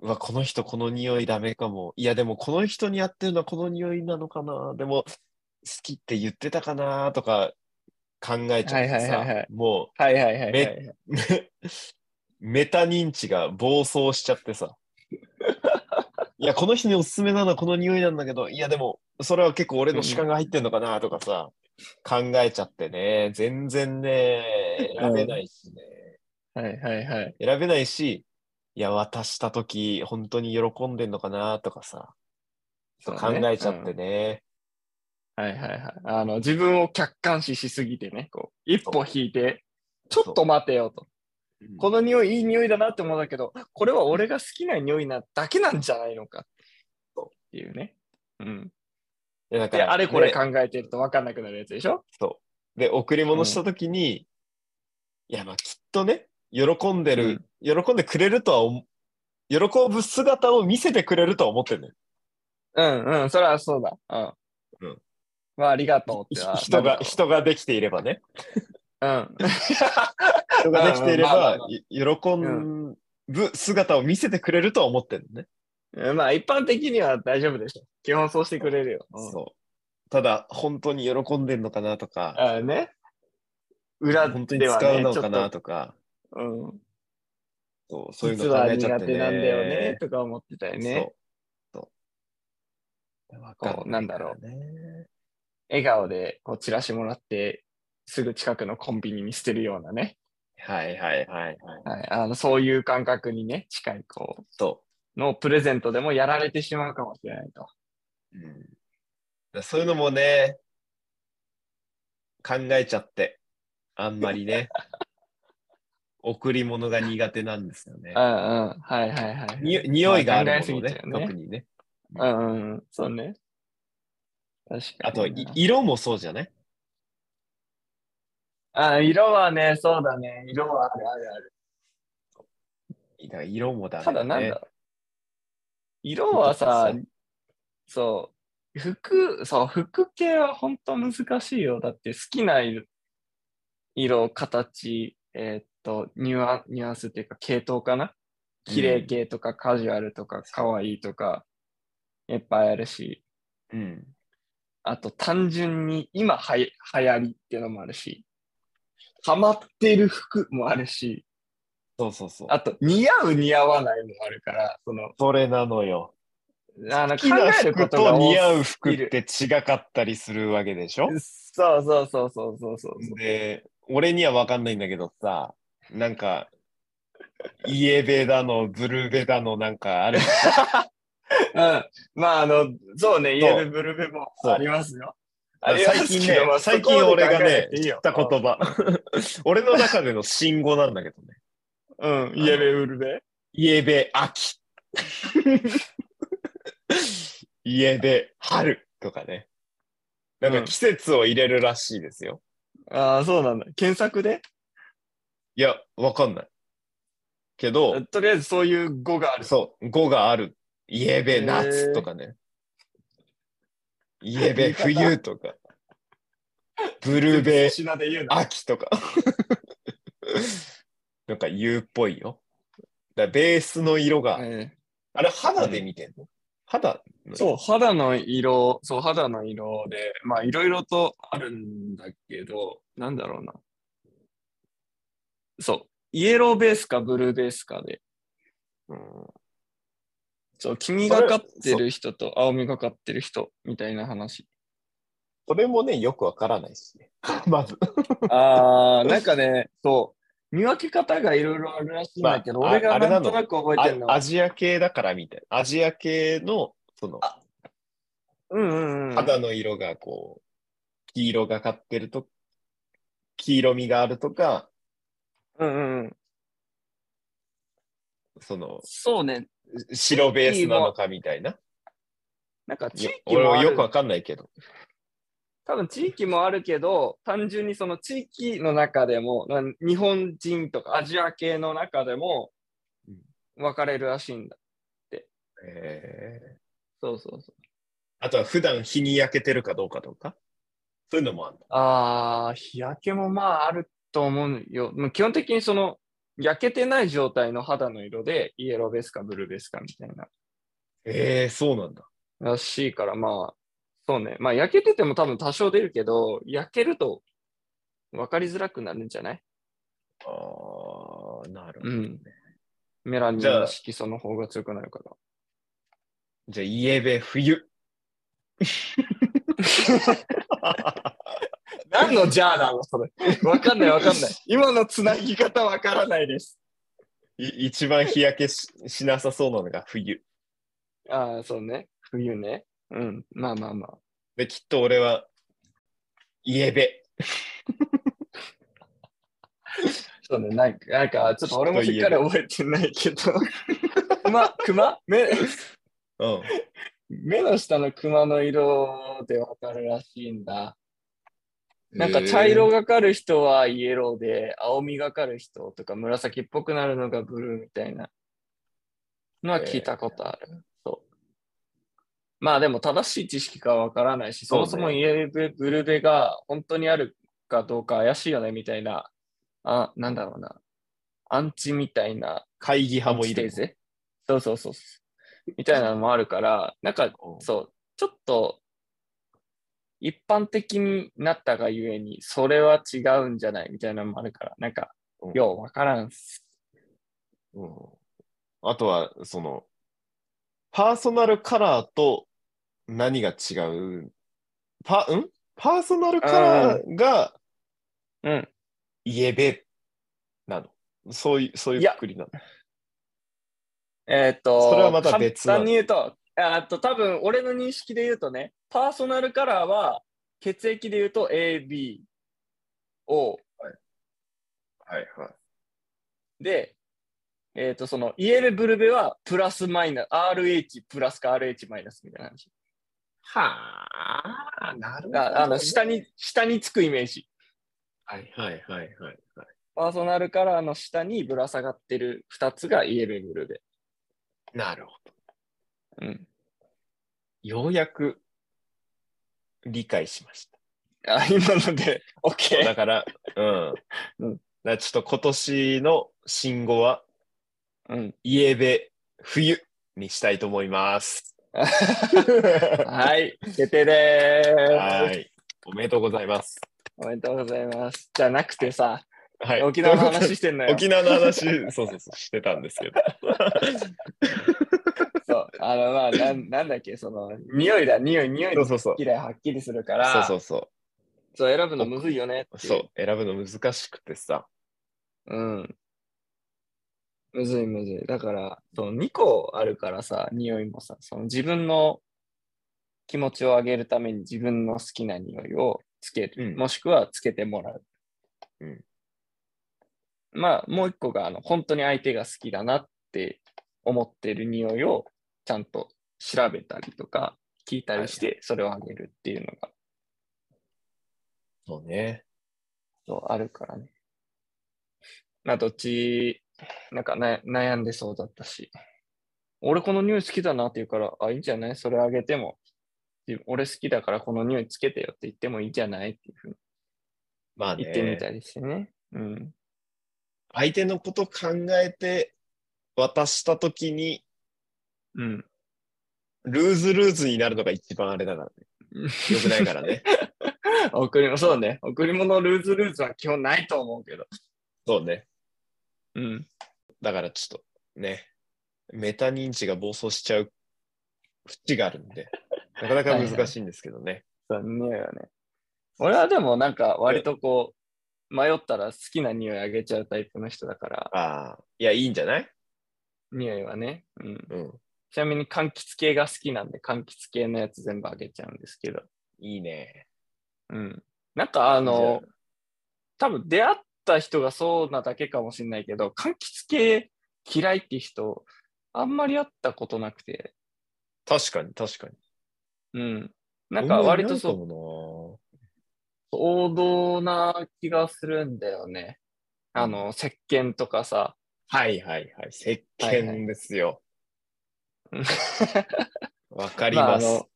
[SPEAKER 1] うわ、この人この匂いダメかも。いや、でもこの人に合ってるのはこの匂いなのかな。でも好きって言ってたかなとか考えちゃってさ、
[SPEAKER 2] はいはいはいはい
[SPEAKER 1] も
[SPEAKER 2] はいはいはい、は
[SPEAKER 1] め
[SPEAKER 2] い。
[SPEAKER 1] う メタ認知が暴走しちゃってさ。いや、この人におすすめなのはこの匂いなんだけど、いや、でも、それは結構俺の主観が入ってんのかなとかさ、考えちゃってね、全然ね、選べないしね。
[SPEAKER 2] はいはいはい。
[SPEAKER 1] 選べないし、いや、渡したとき、本当に喜んでんのかなとかさ、
[SPEAKER 2] そう
[SPEAKER 1] 考
[SPEAKER 2] ね
[SPEAKER 1] えちゃってね。
[SPEAKER 2] うんはいはいはい。あの、自分を客観視しすぎてね、こう、一歩引いて、ちょっと待てよと。
[SPEAKER 1] うん
[SPEAKER 2] この匂い、いい匂いだなって思うんだけど、これは俺が好きな匂いなだけなんじゃないのか。
[SPEAKER 1] そ
[SPEAKER 2] っていうね。うん。
[SPEAKER 1] いやだか
[SPEAKER 2] で、
[SPEAKER 1] ら
[SPEAKER 2] あれこ
[SPEAKER 1] ね
[SPEAKER 2] れ考えてると分かんなくなるやつでしょ
[SPEAKER 1] そう。で、贈り物したときに、いや、まあ、きっとね、喜んでる、喜んでくれるとは思、喜ぶ姿を見せてくれるとは思ってるね。
[SPEAKER 2] うんうん、それはそうだ。うん。
[SPEAKER 1] うん
[SPEAKER 2] まあ、ありがとうっては
[SPEAKER 1] 人
[SPEAKER 2] な
[SPEAKER 1] が、
[SPEAKER 2] る
[SPEAKER 1] 人ができていればね。
[SPEAKER 2] だろう。うん。
[SPEAKER 1] 人ができていれば
[SPEAKER 2] うん、
[SPEAKER 1] い喜ぶ姿を見せてくれるとは思ってるね。
[SPEAKER 2] うん まあ一般的には大丈夫でしょ。基本そうしてくれるよ。うん
[SPEAKER 1] そう。ただ、本当に喜んでるのかなとか、
[SPEAKER 2] あね。裏
[SPEAKER 1] 本当に
[SPEAKER 2] では
[SPEAKER 1] 使う
[SPEAKER 2] ね、
[SPEAKER 1] の
[SPEAKER 2] ちょ
[SPEAKER 1] か
[SPEAKER 2] っ
[SPEAKER 1] な
[SPEAKER 2] と、
[SPEAKER 1] とか、
[SPEAKER 2] うん、
[SPEAKER 1] そうそういう
[SPEAKER 2] 実
[SPEAKER 1] の考
[SPEAKER 2] は
[SPEAKER 1] えちゃっ
[SPEAKER 2] 苦
[SPEAKER 1] て
[SPEAKER 2] 手
[SPEAKER 1] ね。
[SPEAKER 2] なんだよね、とか思ってたよね。
[SPEAKER 1] そう。そう。わ
[SPEAKER 2] こうなんだろう
[SPEAKER 1] かないからね。
[SPEAKER 2] 笑顔でこうチラシもらって、すぐ近くのコンビニに捨てるようなね。
[SPEAKER 1] はいはいはいはい。
[SPEAKER 2] はい、あのそういう感覚にね、近い子
[SPEAKER 1] そ
[SPEAKER 2] のプレゼントでもやられてしまうかもしれないと。
[SPEAKER 1] う。うん、だからそういうのもね、考えちゃって、あんまり ね、贈り物が苦手なんですよね
[SPEAKER 2] うん。うん。はいはいはい。
[SPEAKER 1] に匂いがある
[SPEAKER 2] まあ考えす
[SPEAKER 1] もの
[SPEAKER 2] ぎち
[SPEAKER 1] ね
[SPEAKER 2] ゃうよね
[SPEAKER 1] 特にね。
[SPEAKER 2] うんうんうん。そうね。確かにな。
[SPEAKER 1] あと、い色もそうじゃない
[SPEAKER 2] あ、色はね、そうだね。色はあるあるある。
[SPEAKER 1] だから色もダメ
[SPEAKER 2] た
[SPEAKER 1] だ、
[SPEAKER 2] だ
[SPEAKER 1] ね。
[SPEAKER 2] なんだろう、色はさ、そう、服、そう、服系は本当難しいよ。だって好きな色、色形、えーっと、ニュアン、ニュアンスっていうか系統かな綺麗系とかカジュアルとか可愛いとか、いっぱいあるし、
[SPEAKER 1] うん。
[SPEAKER 2] あと単純に今はや流行りっていうのもあるし、ハマってる服もあるし、
[SPEAKER 1] そうそうそう。
[SPEAKER 2] あと似合う似合わないもあるから、その、
[SPEAKER 1] それなのよ。
[SPEAKER 2] あの
[SPEAKER 1] 好きな服と似合う服
[SPEAKER 2] い
[SPEAKER 1] っ
[SPEAKER 2] る
[SPEAKER 1] て違かったりするわけでしょ
[SPEAKER 2] そうそうそうそうそうそう。
[SPEAKER 1] で、俺には分かんないんだけどさ、なんか、イエベだの、ブルーベだの、なんかある。
[SPEAKER 2] うん。まあ、あの、そうね、イエ
[SPEAKER 1] そ
[SPEAKER 2] ベ
[SPEAKER 1] う
[SPEAKER 2] ブルベも
[SPEAKER 1] そう
[SPEAKER 2] ありますよ。あります
[SPEAKER 1] 最近
[SPEAKER 2] け
[SPEAKER 1] ね
[SPEAKER 2] どま、あ
[SPEAKER 1] 最
[SPEAKER 2] そ
[SPEAKER 1] 近
[SPEAKER 2] こまで
[SPEAKER 1] 俺が
[SPEAKER 2] 考えな
[SPEAKER 1] ね
[SPEAKER 2] く、ていい
[SPEAKER 1] 知
[SPEAKER 2] よ
[SPEAKER 1] った言葉。 俺の中での信号なんだけどね。
[SPEAKER 2] うん、イエベブルベ。
[SPEAKER 1] イエベ秋。 イエベ春とかね。なんか季節を入れるらしいですよ。
[SPEAKER 2] ああ、そうなんだ。検索で
[SPEAKER 1] いや、わかんない。けど、
[SPEAKER 2] とりあえずそういう語がある。
[SPEAKER 1] そう、語がある。イエベ
[SPEAKER 2] へー
[SPEAKER 1] 夏とか ね。イエベ冬とか。ブルベ
[SPEAKER 2] 品で言うな。
[SPEAKER 1] 秋とか。 なんか言うっぽいよ。だからベースの色が、
[SPEAKER 2] え
[SPEAKER 1] あれ肌で見てんの肌
[SPEAKER 2] えそう、肌の色、そう、肌の色で、まあ、いろいろとあるんだけど、なんだろうな。そう、イエローベースかブルーベースかで、
[SPEAKER 1] う。
[SPEAKER 2] そう、黄みがかってる人と青みがかってる人みたいな話。
[SPEAKER 1] それもね、よくわからないしね。 まず。
[SPEAKER 2] ああ、なんかね、 そう、見分け方がいろいろあるらしいんだけど、
[SPEAKER 1] まあ
[SPEAKER 2] 俺
[SPEAKER 1] あ
[SPEAKER 2] が
[SPEAKER 1] あれな
[SPEAKER 2] なん
[SPEAKER 1] の
[SPEAKER 2] となく覚えてるの
[SPEAKER 1] あ
[SPEAKER 2] は
[SPEAKER 1] ア、ジア系だからみたいな。アジア系の、その、
[SPEAKER 2] うんうんうん。
[SPEAKER 1] 肌の色がこう、黄色がかってると、黄色みがあるとか、
[SPEAKER 2] うんうんうん。
[SPEAKER 1] その、
[SPEAKER 2] そうね、
[SPEAKER 1] 白ベースなのかみたいな。
[SPEAKER 2] なんか地
[SPEAKER 1] よ
[SPEAKER 2] 域
[SPEAKER 1] 俺
[SPEAKER 2] も
[SPEAKER 1] は
[SPEAKER 2] あ
[SPEAKER 1] よく
[SPEAKER 2] る
[SPEAKER 1] わ、かんないけど。
[SPEAKER 2] 多分地域もあるけど、単純にその地域の中でも、なん日本人とかアジア系の中でも
[SPEAKER 1] うん
[SPEAKER 2] 分かれるらしいんだ。
[SPEAKER 1] えー
[SPEAKER 2] そうそうそう。
[SPEAKER 1] あとは普段日に焼けてるかどうかとか、そういうのもあるの。
[SPEAKER 2] ああ、日焼けもまああると思うよ。もう基本的にその、焼けてない状態の肌の色で、イエローですか、ブルーですかみたいな。
[SPEAKER 1] ええそうなんだ。
[SPEAKER 2] らしいから、まあ、そうね。まあ、焼けてても多分多少出るけど、焼けると分かりづらくなるんじゃない
[SPEAKER 1] ああ、なるほど、
[SPEAKER 2] う
[SPEAKER 1] ね
[SPEAKER 2] ん。メラニン
[SPEAKER 1] じゃあ
[SPEAKER 2] の色素の方が強くなるから。
[SPEAKER 1] じゃあ、家べ冬。
[SPEAKER 2] 何のじゃあなのそれ。 わかんないわかんない。今のつなぎ方わからないです。
[SPEAKER 1] い一番日焼けししなさそうなのが冬。
[SPEAKER 2] ああ、そうね。冬ね。うん。まあまあまあ。
[SPEAKER 1] で、きっと俺は、家べ。
[SPEAKER 2] そうね。なんか、なんかちょっと俺もしっかり覚えてないけど。熊熊 目
[SPEAKER 1] うん。
[SPEAKER 2] 目の下の熊の色でわかるらしいんだ。なんか茶色
[SPEAKER 1] が。
[SPEAKER 2] がかる人はイエローで、青みがかる人とか紫っぽくなるのがブルーみたいなのは聞いたことある。そう。まあでも正しい知識かはわからないし、そもそ
[SPEAKER 1] そ
[SPEAKER 2] も
[SPEAKER 1] うね
[SPEAKER 2] イエベブルベが本当にあるかどうか怪しいよねみたいな、あ、なんだろうな。アンチみたいな
[SPEAKER 1] 会議派もい
[SPEAKER 2] ステー
[SPEAKER 1] る。
[SPEAKER 2] ゼそうそうそうそう。みたいなのもあるから、なんか
[SPEAKER 1] うん
[SPEAKER 2] そう、ちょっと一般的になったがゆえに、それは違うんじゃないみたいなのもあるから、なんか
[SPEAKER 1] うん、
[SPEAKER 2] ようわからんっす。
[SPEAKER 1] うんあとは、その、パーソナルカラーと何が違うパ、んパーソナルカラーが
[SPEAKER 2] うん。
[SPEAKER 1] 家べなの。そういう、そういう
[SPEAKER 2] いや
[SPEAKER 1] くくりなの。
[SPEAKER 2] えーっと、
[SPEAKER 1] それはまた別な
[SPEAKER 2] 簡単に言うと、ああと多分俺の認識で言うとね、パーソナルカラーは血液で言うと AB、O、
[SPEAKER 1] はいはい。
[SPEAKER 2] で、えっ、と、その、イエルブルベは、プラスマイナス、RH プラスか RH マイナスみたいな話。
[SPEAKER 1] はあ、なるほ
[SPEAKER 2] ああの、下に、下につくイメージ。
[SPEAKER 1] はいはいはいはい。
[SPEAKER 2] パーソナルカラーの下にぶら下がってる2つがイエルブルベ。
[SPEAKER 1] なるほど。
[SPEAKER 2] うん。
[SPEAKER 1] ようやく理解しまし
[SPEAKER 2] あ、今ので、
[SPEAKER 1] た。
[SPEAKER 2] OK
[SPEAKER 1] だ。から、うん。
[SPEAKER 2] うん
[SPEAKER 1] だからちょっと今年の新語は、
[SPEAKER 2] うん。
[SPEAKER 1] 家べ冬にしたいと思います。
[SPEAKER 2] はい、決定でー
[SPEAKER 1] は
[SPEAKER 2] す。
[SPEAKER 1] い。おめでとうございます。
[SPEAKER 2] おめでとうございます。じゃなくてさ、
[SPEAKER 1] はい。
[SPEAKER 2] 沖縄の
[SPEAKER 1] ということ
[SPEAKER 2] 話
[SPEAKER 1] で
[SPEAKER 2] してんの よ。
[SPEAKER 1] 沖縄の話、そうそうそう、してたんですけど。
[SPEAKER 2] そう。あの、まあ、なんなんだっけ、その、匂いだ、匂い、匂い
[SPEAKER 1] そ
[SPEAKER 2] の
[SPEAKER 1] うそうそう。
[SPEAKER 2] 嫌いはっきりするから、
[SPEAKER 1] そうそうそ
[SPEAKER 2] そう選ぶのむずいよね
[SPEAKER 1] う。
[SPEAKER 2] ってい
[SPEAKER 1] そう、選ぶの難しくてさ。
[SPEAKER 2] うん。むずいむずい。だから、その2個あるからさ、匂いもさ、その自分の気持ちを上げるために自分の好きな匂いをつける。
[SPEAKER 1] うん
[SPEAKER 2] もしくはつけてもらう。
[SPEAKER 1] うん
[SPEAKER 2] まあ、もう1個が、あの、本当に相手が好きだなって思ってる匂いをちゃんと調べたりとか、聞いたりして、それをあげるっていうのが、
[SPEAKER 1] そうね。
[SPEAKER 2] そうあるからね。まあ、どっち、なんかな悩んでそうだったし。俺この匂い好きだなって言うから、あ、いいんじゃないそれあげても。で俺好きだからこの匂いつけてよって言ってもいいんじゃないっていうふうに
[SPEAKER 1] まあね。
[SPEAKER 2] 言ってみたりしてね。うん。
[SPEAKER 1] 相手のこと考えて渡したときに、
[SPEAKER 2] うん。
[SPEAKER 1] ルーズルーズになるのが一番あれだからね。よくないから ね。
[SPEAKER 2] 贈り物、そうね。贈り物ルーズルーズは基本ないと思うけど。
[SPEAKER 1] そうね。
[SPEAKER 2] うん。
[SPEAKER 1] だからちょっとね、メタ認知が暴走しちゃう縁があるんで、 なかなか難しいんですけどね。
[SPEAKER 2] そう、匂いはね。俺はでもなんか割とこう、迷ったら好きな匂いあげちゃうタイプの人だから、
[SPEAKER 1] ああ、いや、いいんじゃない
[SPEAKER 2] 匂いはね。うん。
[SPEAKER 1] うん。
[SPEAKER 2] ちなみに柑橘系が好きなんで、柑橘系のやつ全部あげちゃうんですけど。
[SPEAKER 1] いいね。
[SPEAKER 2] うん。なんかあ
[SPEAKER 1] いいじゃ
[SPEAKER 2] の
[SPEAKER 1] ん、
[SPEAKER 2] 多分出会った人がそうなだけかもしれないけど、柑橘系嫌いっていう人、あんまり会ったことなくて。
[SPEAKER 1] 確かに、確かに。
[SPEAKER 2] うん。なんか割とそう、
[SPEAKER 1] う。
[SPEAKER 2] 王道な気がするんだよね。あの、石鹸とかさ、
[SPEAKER 1] はいはいはい。石鹸ですよ。わかり
[SPEAKER 2] まあ、
[SPEAKER 1] ま
[SPEAKER 2] あ
[SPEAKER 1] す。
[SPEAKER 2] の、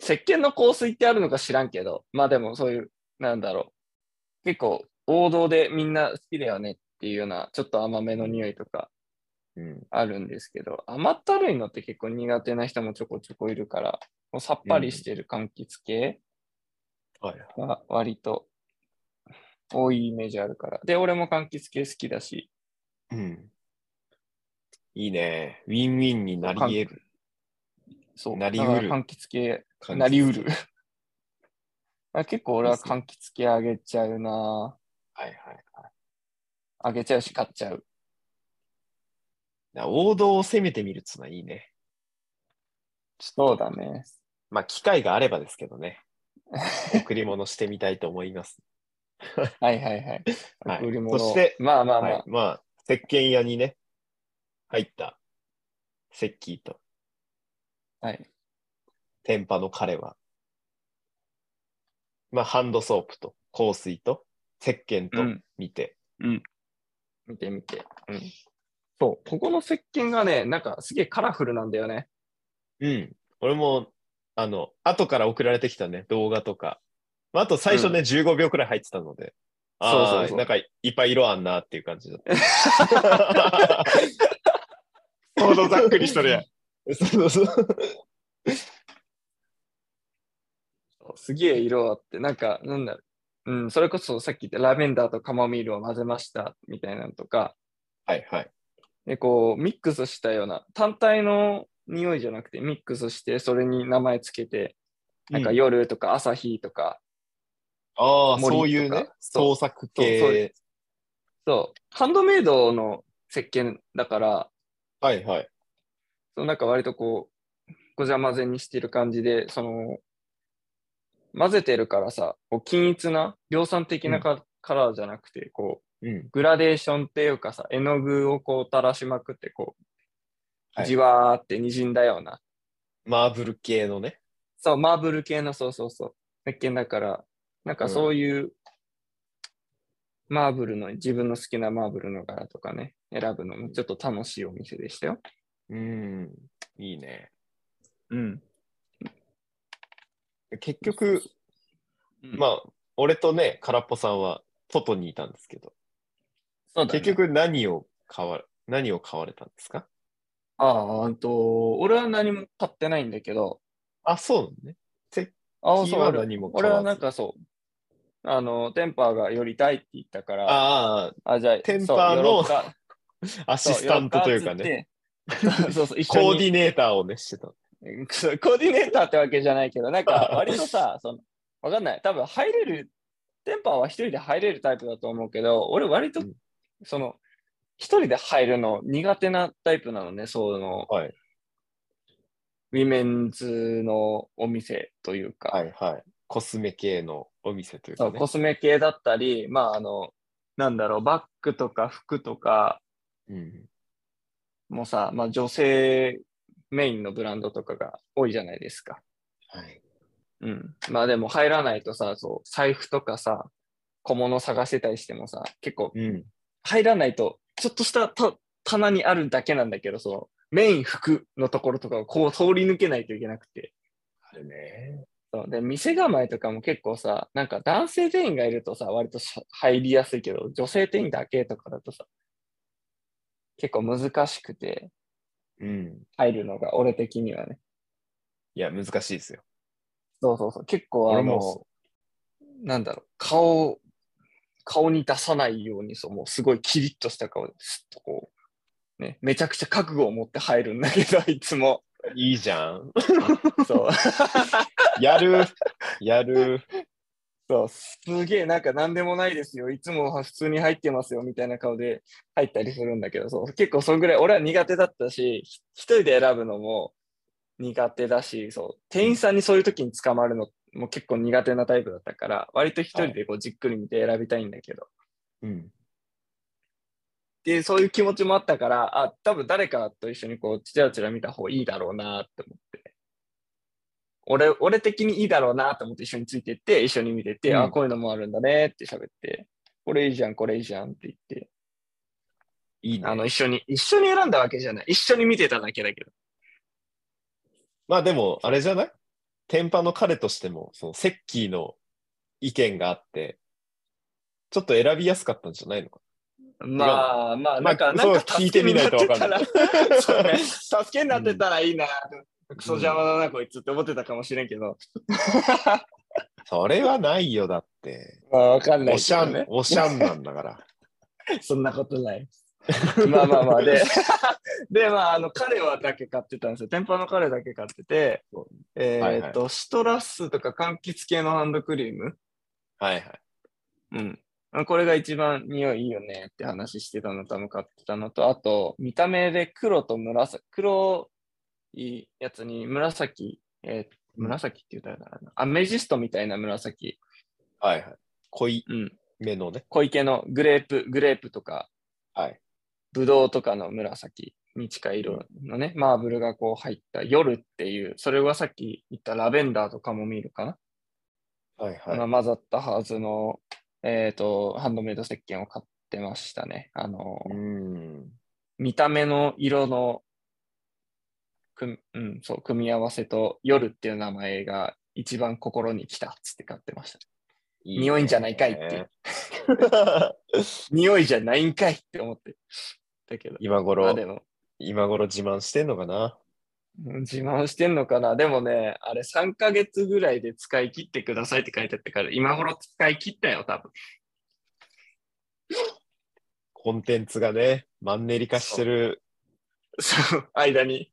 [SPEAKER 2] 石鹸の香水ってあるのか知らんけど、まあでもそういう、なんだろう。結構王道でみんな好きだよねっていうような、ちょっと甘めの匂いとか
[SPEAKER 1] うん、
[SPEAKER 2] あるんですけど、甘ったるいのって結構苦手な人もちょこちょこいるから、もうさっぱりしてる柑橘系
[SPEAKER 1] はい。
[SPEAKER 2] が割と多いイメージあるから。で、俺も柑橘系好きだし、
[SPEAKER 1] うん。いいね。ウィンウィンになり得る。
[SPEAKER 2] そう、
[SPEAKER 1] なり
[SPEAKER 2] だから
[SPEAKER 1] うる
[SPEAKER 2] 柑橘系
[SPEAKER 1] 感じ
[SPEAKER 2] なりうる。 あ結構俺は柑橘系あげちゃうな
[SPEAKER 1] はいはいはい。だか
[SPEAKER 2] あげちゃうし買っちゃう。
[SPEAKER 1] ら王道を攻めてみるっつうのはいいね。
[SPEAKER 2] そうだね。
[SPEAKER 1] まあ、機会があればですけどね。贈り物してみたいと思います。
[SPEAKER 2] はいはいはい。
[SPEAKER 1] はい
[SPEAKER 2] 贈り物を
[SPEAKER 1] そして
[SPEAKER 2] まあまあま
[SPEAKER 1] は
[SPEAKER 2] あ、
[SPEAKER 1] い。まあ、石鹸屋にね、入った石器と
[SPEAKER 2] はい。
[SPEAKER 1] 天パの彼は、まあ、ハンドソープと香水と石鹸
[SPEAKER 2] う
[SPEAKER 1] と
[SPEAKER 2] ん、
[SPEAKER 1] 見て、
[SPEAKER 2] 見て見て。
[SPEAKER 1] うん
[SPEAKER 2] そう、ここの石鹸がね、なんかすげえカラフルなんだよね。
[SPEAKER 1] うん。俺も、あの、後から送られてきたね、動画とか。まあ、あと最初ね、15秒くらい入ってたので。
[SPEAKER 2] そう
[SPEAKER 1] あ
[SPEAKER 2] そう
[SPEAKER 1] あ
[SPEAKER 2] そう
[SPEAKER 1] なんか、いっぱい色あんなっていう感じだ った。ほどざっくりしとるやん。 そうそうそう。
[SPEAKER 2] すげえ色あって、なんか、なんだろう。うん、それこそさっき言ったラベンダーとカモミールを混ぜましたみたいなのとか、
[SPEAKER 1] はいはい。
[SPEAKER 2] で、こう、ミックスしたような、単体の匂いじゃなくて、ミックスして、それに名前つけて、なんか
[SPEAKER 1] うん
[SPEAKER 2] 夜とか朝日とか、
[SPEAKER 1] ああ、
[SPEAKER 2] 森とか
[SPEAKER 1] そういうね、
[SPEAKER 2] そ
[SPEAKER 1] 創作
[SPEAKER 2] そうそう
[SPEAKER 1] 系
[SPEAKER 2] で。そう、ハンドメイドの石鹸だから、
[SPEAKER 1] はいはい。
[SPEAKER 2] そのなんか割とこう、ごちゃ混ぜにしてる感じで、その、混ぜてるからさ、こう均一な、量産的なカ,、カラーじゃなくて、こ
[SPEAKER 1] うん
[SPEAKER 2] う、。グラデーションっていうかさ、絵の具をこう垂らしまくって、こ
[SPEAKER 1] は
[SPEAKER 2] う、
[SPEAKER 1] い
[SPEAKER 2] じわーって滲んだような、
[SPEAKER 1] マーブル系のね。
[SPEAKER 2] そう、マーブル系の、そうそうそう、石鹸だから、なんかそういう、マーブルの、自分の好きなマーブルの柄とかね、選ぶのもちょっと楽しいお店でしたよ。
[SPEAKER 1] うん。いいね。
[SPEAKER 2] うん。
[SPEAKER 1] 結局、ま
[SPEAKER 2] あ、
[SPEAKER 1] あ、俺とね、空っぽさんは外にいたんですけど、
[SPEAKER 2] そうだね
[SPEAKER 1] 結局何を買わ、何を買われたんですか
[SPEAKER 2] ああ、うんと、俺は何も買ってないんだけど、
[SPEAKER 1] あ、そうなのね。
[SPEAKER 2] ああ、
[SPEAKER 1] キー
[SPEAKER 2] そう、
[SPEAKER 1] ワー
[SPEAKER 2] 俺
[SPEAKER 1] ドにも
[SPEAKER 2] 俺
[SPEAKER 1] 買わ
[SPEAKER 2] は
[SPEAKER 1] ず
[SPEAKER 2] なんかそう、あの、テンパーが寄りたいって言ったから、
[SPEAKER 1] あ
[SPEAKER 2] あ、じゃあ、
[SPEAKER 1] テン
[SPEAKER 2] そう
[SPEAKER 1] パーの
[SPEAKER 2] 寄ろうか
[SPEAKER 1] あ、アシスタントというかね、、
[SPEAKER 2] そう寄ろうかっつって そうそう、一緒
[SPEAKER 1] コーデ
[SPEAKER 2] に
[SPEAKER 1] ィネーターをね、してた。
[SPEAKER 2] そう コーディネーターってわけじゃないけど、な んか割とさ、その、わかんない。多分入れる、テンパーは一人で入れるタイプだと思うけど、俺割と
[SPEAKER 1] うん、
[SPEAKER 2] その、一人で入るの苦手なタイプなのね、その、
[SPEAKER 1] はい
[SPEAKER 2] ウィメンズのお店というか、
[SPEAKER 1] はいはい。コスメ系のお店という
[SPEAKER 2] そ
[SPEAKER 1] か
[SPEAKER 2] う
[SPEAKER 1] ね。
[SPEAKER 2] コスメ系だったり、まあ、あの、なんだろう、バッグとか服とか
[SPEAKER 1] うん。
[SPEAKER 2] もさ、まあ、女性メインのブランドとかが多いじゃないですか。
[SPEAKER 1] はい。
[SPEAKER 2] うん。まあでも入らないとさ、そう、財布とかさ、小物探してたりしてもさ、結構
[SPEAKER 1] うん。
[SPEAKER 2] 入らないと、ちょっとしたた棚にあるだけなんだけど、そのメイン服のところとかをこう通り抜けないといけなくて。
[SPEAKER 1] あるね。
[SPEAKER 2] そうで、店構えとかも結構さ、なんか男性店員がいるとさ、割とし入りやすいけど、女性店員だけとかだとさ、結構難しくて、
[SPEAKER 1] うん。
[SPEAKER 2] 入るのが俺的にはね。
[SPEAKER 1] いや、難しいですよ。
[SPEAKER 2] そうそうそう。結構あ
[SPEAKER 1] 俺
[SPEAKER 2] の、
[SPEAKER 1] もそ
[SPEAKER 2] なんだろう、顔を、顔に出さないように、そう、もうすごいキリッとした顔で、スッとこう、ね、めちゃくちゃ覚悟を持って入るんだけど、 いつも。
[SPEAKER 1] う。いいじゃん。
[SPEAKER 2] そう。
[SPEAKER 1] やる。やる。
[SPEAKER 2] そう、すげえ、なんか何でもないですよ。いつもは普通に入ってますよ、みたいな顔で入ったりするんだけど、そう、結構そんぐらい、俺は苦手だったし、ひ一人で選ぶのも苦手だし、そう、店員さんにそういう時に捕まるのも結構苦手なタイプだったから、割と一人でこうじっくり見て選びたいんだけど、
[SPEAKER 1] うん。
[SPEAKER 2] で、そういう気持ちもあったから、あ、多分誰かと一緒にこう、ちらちら見た方がいいだろうなって思って。俺、俺的にいいだろうなと思って一緒についてって、一緒に見てって、
[SPEAKER 1] うん
[SPEAKER 2] あ、こういうのもあるんだねって喋って、これいいじゃん、これいいじゃんって言って、
[SPEAKER 1] いいね。
[SPEAKER 2] あの、一緒に、一緒に選んだわけじゃない。一緒に見てただけだけど。
[SPEAKER 1] まあでも、あれじゃない天パの彼としても、そのセッキーの意見があって、ちょっと選びやすかったんじゃないのか。
[SPEAKER 2] まあまあ、
[SPEAKER 1] ま
[SPEAKER 2] な
[SPEAKER 1] あ
[SPEAKER 2] んか、
[SPEAKER 1] そう
[SPEAKER 2] なんか
[SPEAKER 1] 聞いてみないとわかんない
[SPEAKER 2] 助けになってたら そうね。助けになってたらいいな。クソ邪魔だな、こいつって思ってたかもしれんけど。
[SPEAKER 1] それはないよ、だって。
[SPEAKER 2] まあ、わかんない
[SPEAKER 1] お
[SPEAKER 2] け
[SPEAKER 1] しゃ
[SPEAKER 2] ど
[SPEAKER 1] ん
[SPEAKER 2] ね、。
[SPEAKER 1] おしゃんなんだから。
[SPEAKER 2] そんなことない。 まあまあまあ、 で、で、まあ、あの、彼はだけ買ってたんですよ。店舗の彼だけ買ってて
[SPEAKER 1] そう、
[SPEAKER 2] え
[SPEAKER 1] はい
[SPEAKER 2] ー
[SPEAKER 1] は
[SPEAKER 2] っ
[SPEAKER 1] い
[SPEAKER 2] と、シトラスとか柑橘系のハンドクリーム。
[SPEAKER 1] はいはい。
[SPEAKER 2] うん。あこれが一番匂いいいよねって話してたの多分買ってたのと、あと、見た目で黒と紫、黒いやつに紫、えー紫って言ったらいいのかなアメジストみたいな紫。
[SPEAKER 1] はいはい。濃い
[SPEAKER 2] うん。
[SPEAKER 1] 目のね。
[SPEAKER 2] 小池のグレープ、グレープとか、
[SPEAKER 1] はい。
[SPEAKER 2] ブドウとかの紫に近い色のね、マーブルがこう入った夜っていう、それはさっき言ったラベンダーとカモミールかな、
[SPEAKER 1] はいはい。
[SPEAKER 2] まあ混ざったはずの、えっ、と、ハンドメイド石鹸を買ってましたね。あの、
[SPEAKER 1] うん。
[SPEAKER 2] 見た目の色の、くんうん、そう、組み合わせと夜っていう名前が一番心に来たっつって買ってました。匂いんじゃないかいって いう。匂いじゃないんかいって思って。だけど、
[SPEAKER 1] 今
[SPEAKER 2] まあ
[SPEAKER 1] 頃、
[SPEAKER 2] でも、
[SPEAKER 1] 今頃自慢してんのかな。
[SPEAKER 2] うん自慢してんのかなでもね、あれ3ヶ月ぐらいで使い切ってくださいって書いてあったから、今頃使い切ったよ、多分。
[SPEAKER 1] コンテンツがね、マンネリ化してる、
[SPEAKER 2] そう、間に。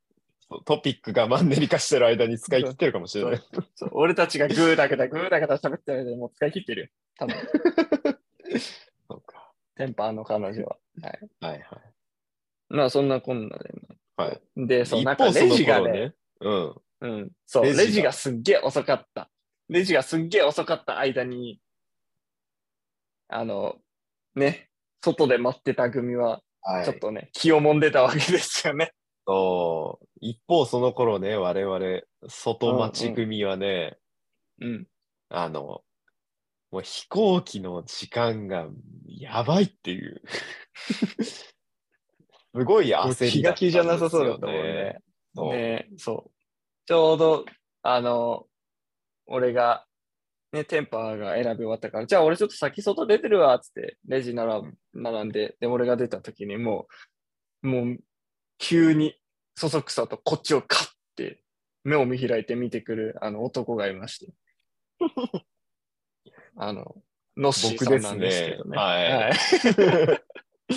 [SPEAKER 1] トピックがマンネリ化してる間に使い切ってるかもしれない。
[SPEAKER 2] そう俺たちがグーだけだ、グーだけだ喋ってる間にもう使い切ってるよ。多分、
[SPEAKER 1] そうか。
[SPEAKER 2] テンパーの彼女は。
[SPEAKER 1] はいはい。
[SPEAKER 2] まあそんなこんなで。
[SPEAKER 1] はい。
[SPEAKER 2] で、そう、
[SPEAKER 1] 一
[SPEAKER 2] なん
[SPEAKER 1] 方
[SPEAKER 2] かレジが
[SPEAKER 1] その
[SPEAKER 2] ね
[SPEAKER 1] 頃ね。うん。
[SPEAKER 2] うん、そう、
[SPEAKER 1] レ
[SPEAKER 2] レ
[SPEAKER 1] ジ
[SPEAKER 2] ジ
[SPEAKER 1] が
[SPEAKER 2] がすっげえ遅かった。レジがすっげえ遅かった間に、あの、ね、外で待ってた組は、
[SPEAKER 1] はい。
[SPEAKER 2] ちょっとね、気をもんでたわけですよね。
[SPEAKER 1] そう一方その頃ね、我々、外町組はね、
[SPEAKER 2] うん。
[SPEAKER 1] あの、もう飛行機の時間がやばいって いう。すごい焦り
[SPEAKER 2] 気
[SPEAKER 1] だったん
[SPEAKER 2] が
[SPEAKER 1] ですよね
[SPEAKER 2] 気じゃなさそうだったもんね。
[SPEAKER 1] そう
[SPEAKER 2] ねそう。ちょうど、あの、俺が、ね、テンパーが選び終わったから、じゃあ俺ちょっと先外出てるわ、つって、レジなら
[SPEAKER 1] うん
[SPEAKER 2] 並んで、で、俺が出た時にもう、もう、急に、そそくさとこっちをカッて、目を見開いて見てくる、あの、男がいま して。あの、ノッシー
[SPEAKER 1] 僕
[SPEAKER 2] さ
[SPEAKER 1] です
[SPEAKER 2] んなんですけ
[SPEAKER 1] ね
[SPEAKER 2] ど。ね。
[SPEAKER 1] はい。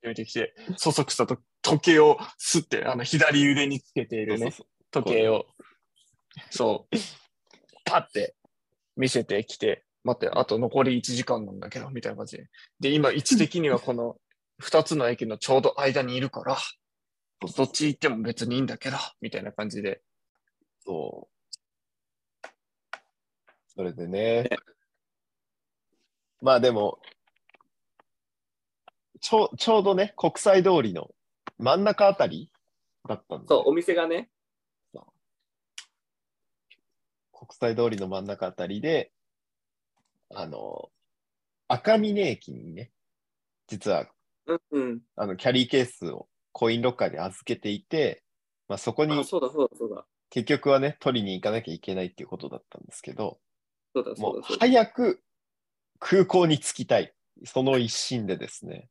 [SPEAKER 2] 出てきて、そそくさと時計をすって、あの左腕につけているね、
[SPEAKER 1] そう
[SPEAKER 2] 時計を、そう、パッて見せてきて、待って、あと残り1時間なんだけど、みたいな感じで。で、今、位置的にはこの2つの駅のちょうど間にいるから、どっち行っても別にいいんだけど、みたいな感じで。
[SPEAKER 1] そう。それでね。まあでも、ちょちょうどね、国際通りの真ん中あたりだったんで、
[SPEAKER 2] う、お店がね、
[SPEAKER 1] 国際通りの真ん中あたりで、あの、赤峰駅にね、実は
[SPEAKER 2] うん、
[SPEAKER 1] あのキャリーケースをコインロッカーに預けていて、まあ、そこに
[SPEAKER 2] そうだ、そうだ、そうだ、
[SPEAKER 1] 結局はね、取りに行かなきゃいけないっていうことだったんですけど、
[SPEAKER 2] そうだ
[SPEAKER 1] もう早く空港に着きたい。その一心でですね、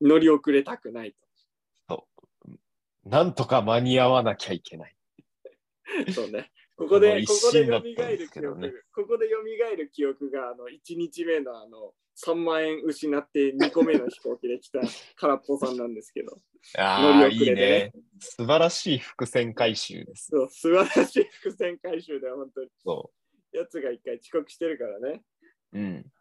[SPEAKER 2] 乗り遅れたくない
[SPEAKER 1] なんとか間に合わなきゃいけない。
[SPEAKER 2] そうね。こ
[SPEAKER 1] こ
[SPEAKER 2] こ
[SPEAKER 1] で
[SPEAKER 2] で、
[SPEAKER 1] こ
[SPEAKER 2] こ
[SPEAKER 1] こ
[SPEAKER 2] こ
[SPEAKER 1] で蘇
[SPEAKER 2] で蘇
[SPEAKER 1] る
[SPEAKER 2] る
[SPEAKER 1] 記
[SPEAKER 2] 記
[SPEAKER 1] 憶
[SPEAKER 2] 憶、ここで蘇る記憶が、あの、1日目のあの、3万円失って2個目の飛行機で来た空っぽさんなんで すけど、
[SPEAKER 1] ああ、
[SPEAKER 2] 乗
[SPEAKER 1] い
[SPEAKER 2] り
[SPEAKER 1] い
[SPEAKER 2] 遅れてね
[SPEAKER 1] ね。素晴らしい伏線回収です。
[SPEAKER 2] そう素晴らしい伏線回収だよ、本当に。
[SPEAKER 1] そ
[SPEAKER 2] やつが1回遅刻してるからね。
[SPEAKER 1] う。うん。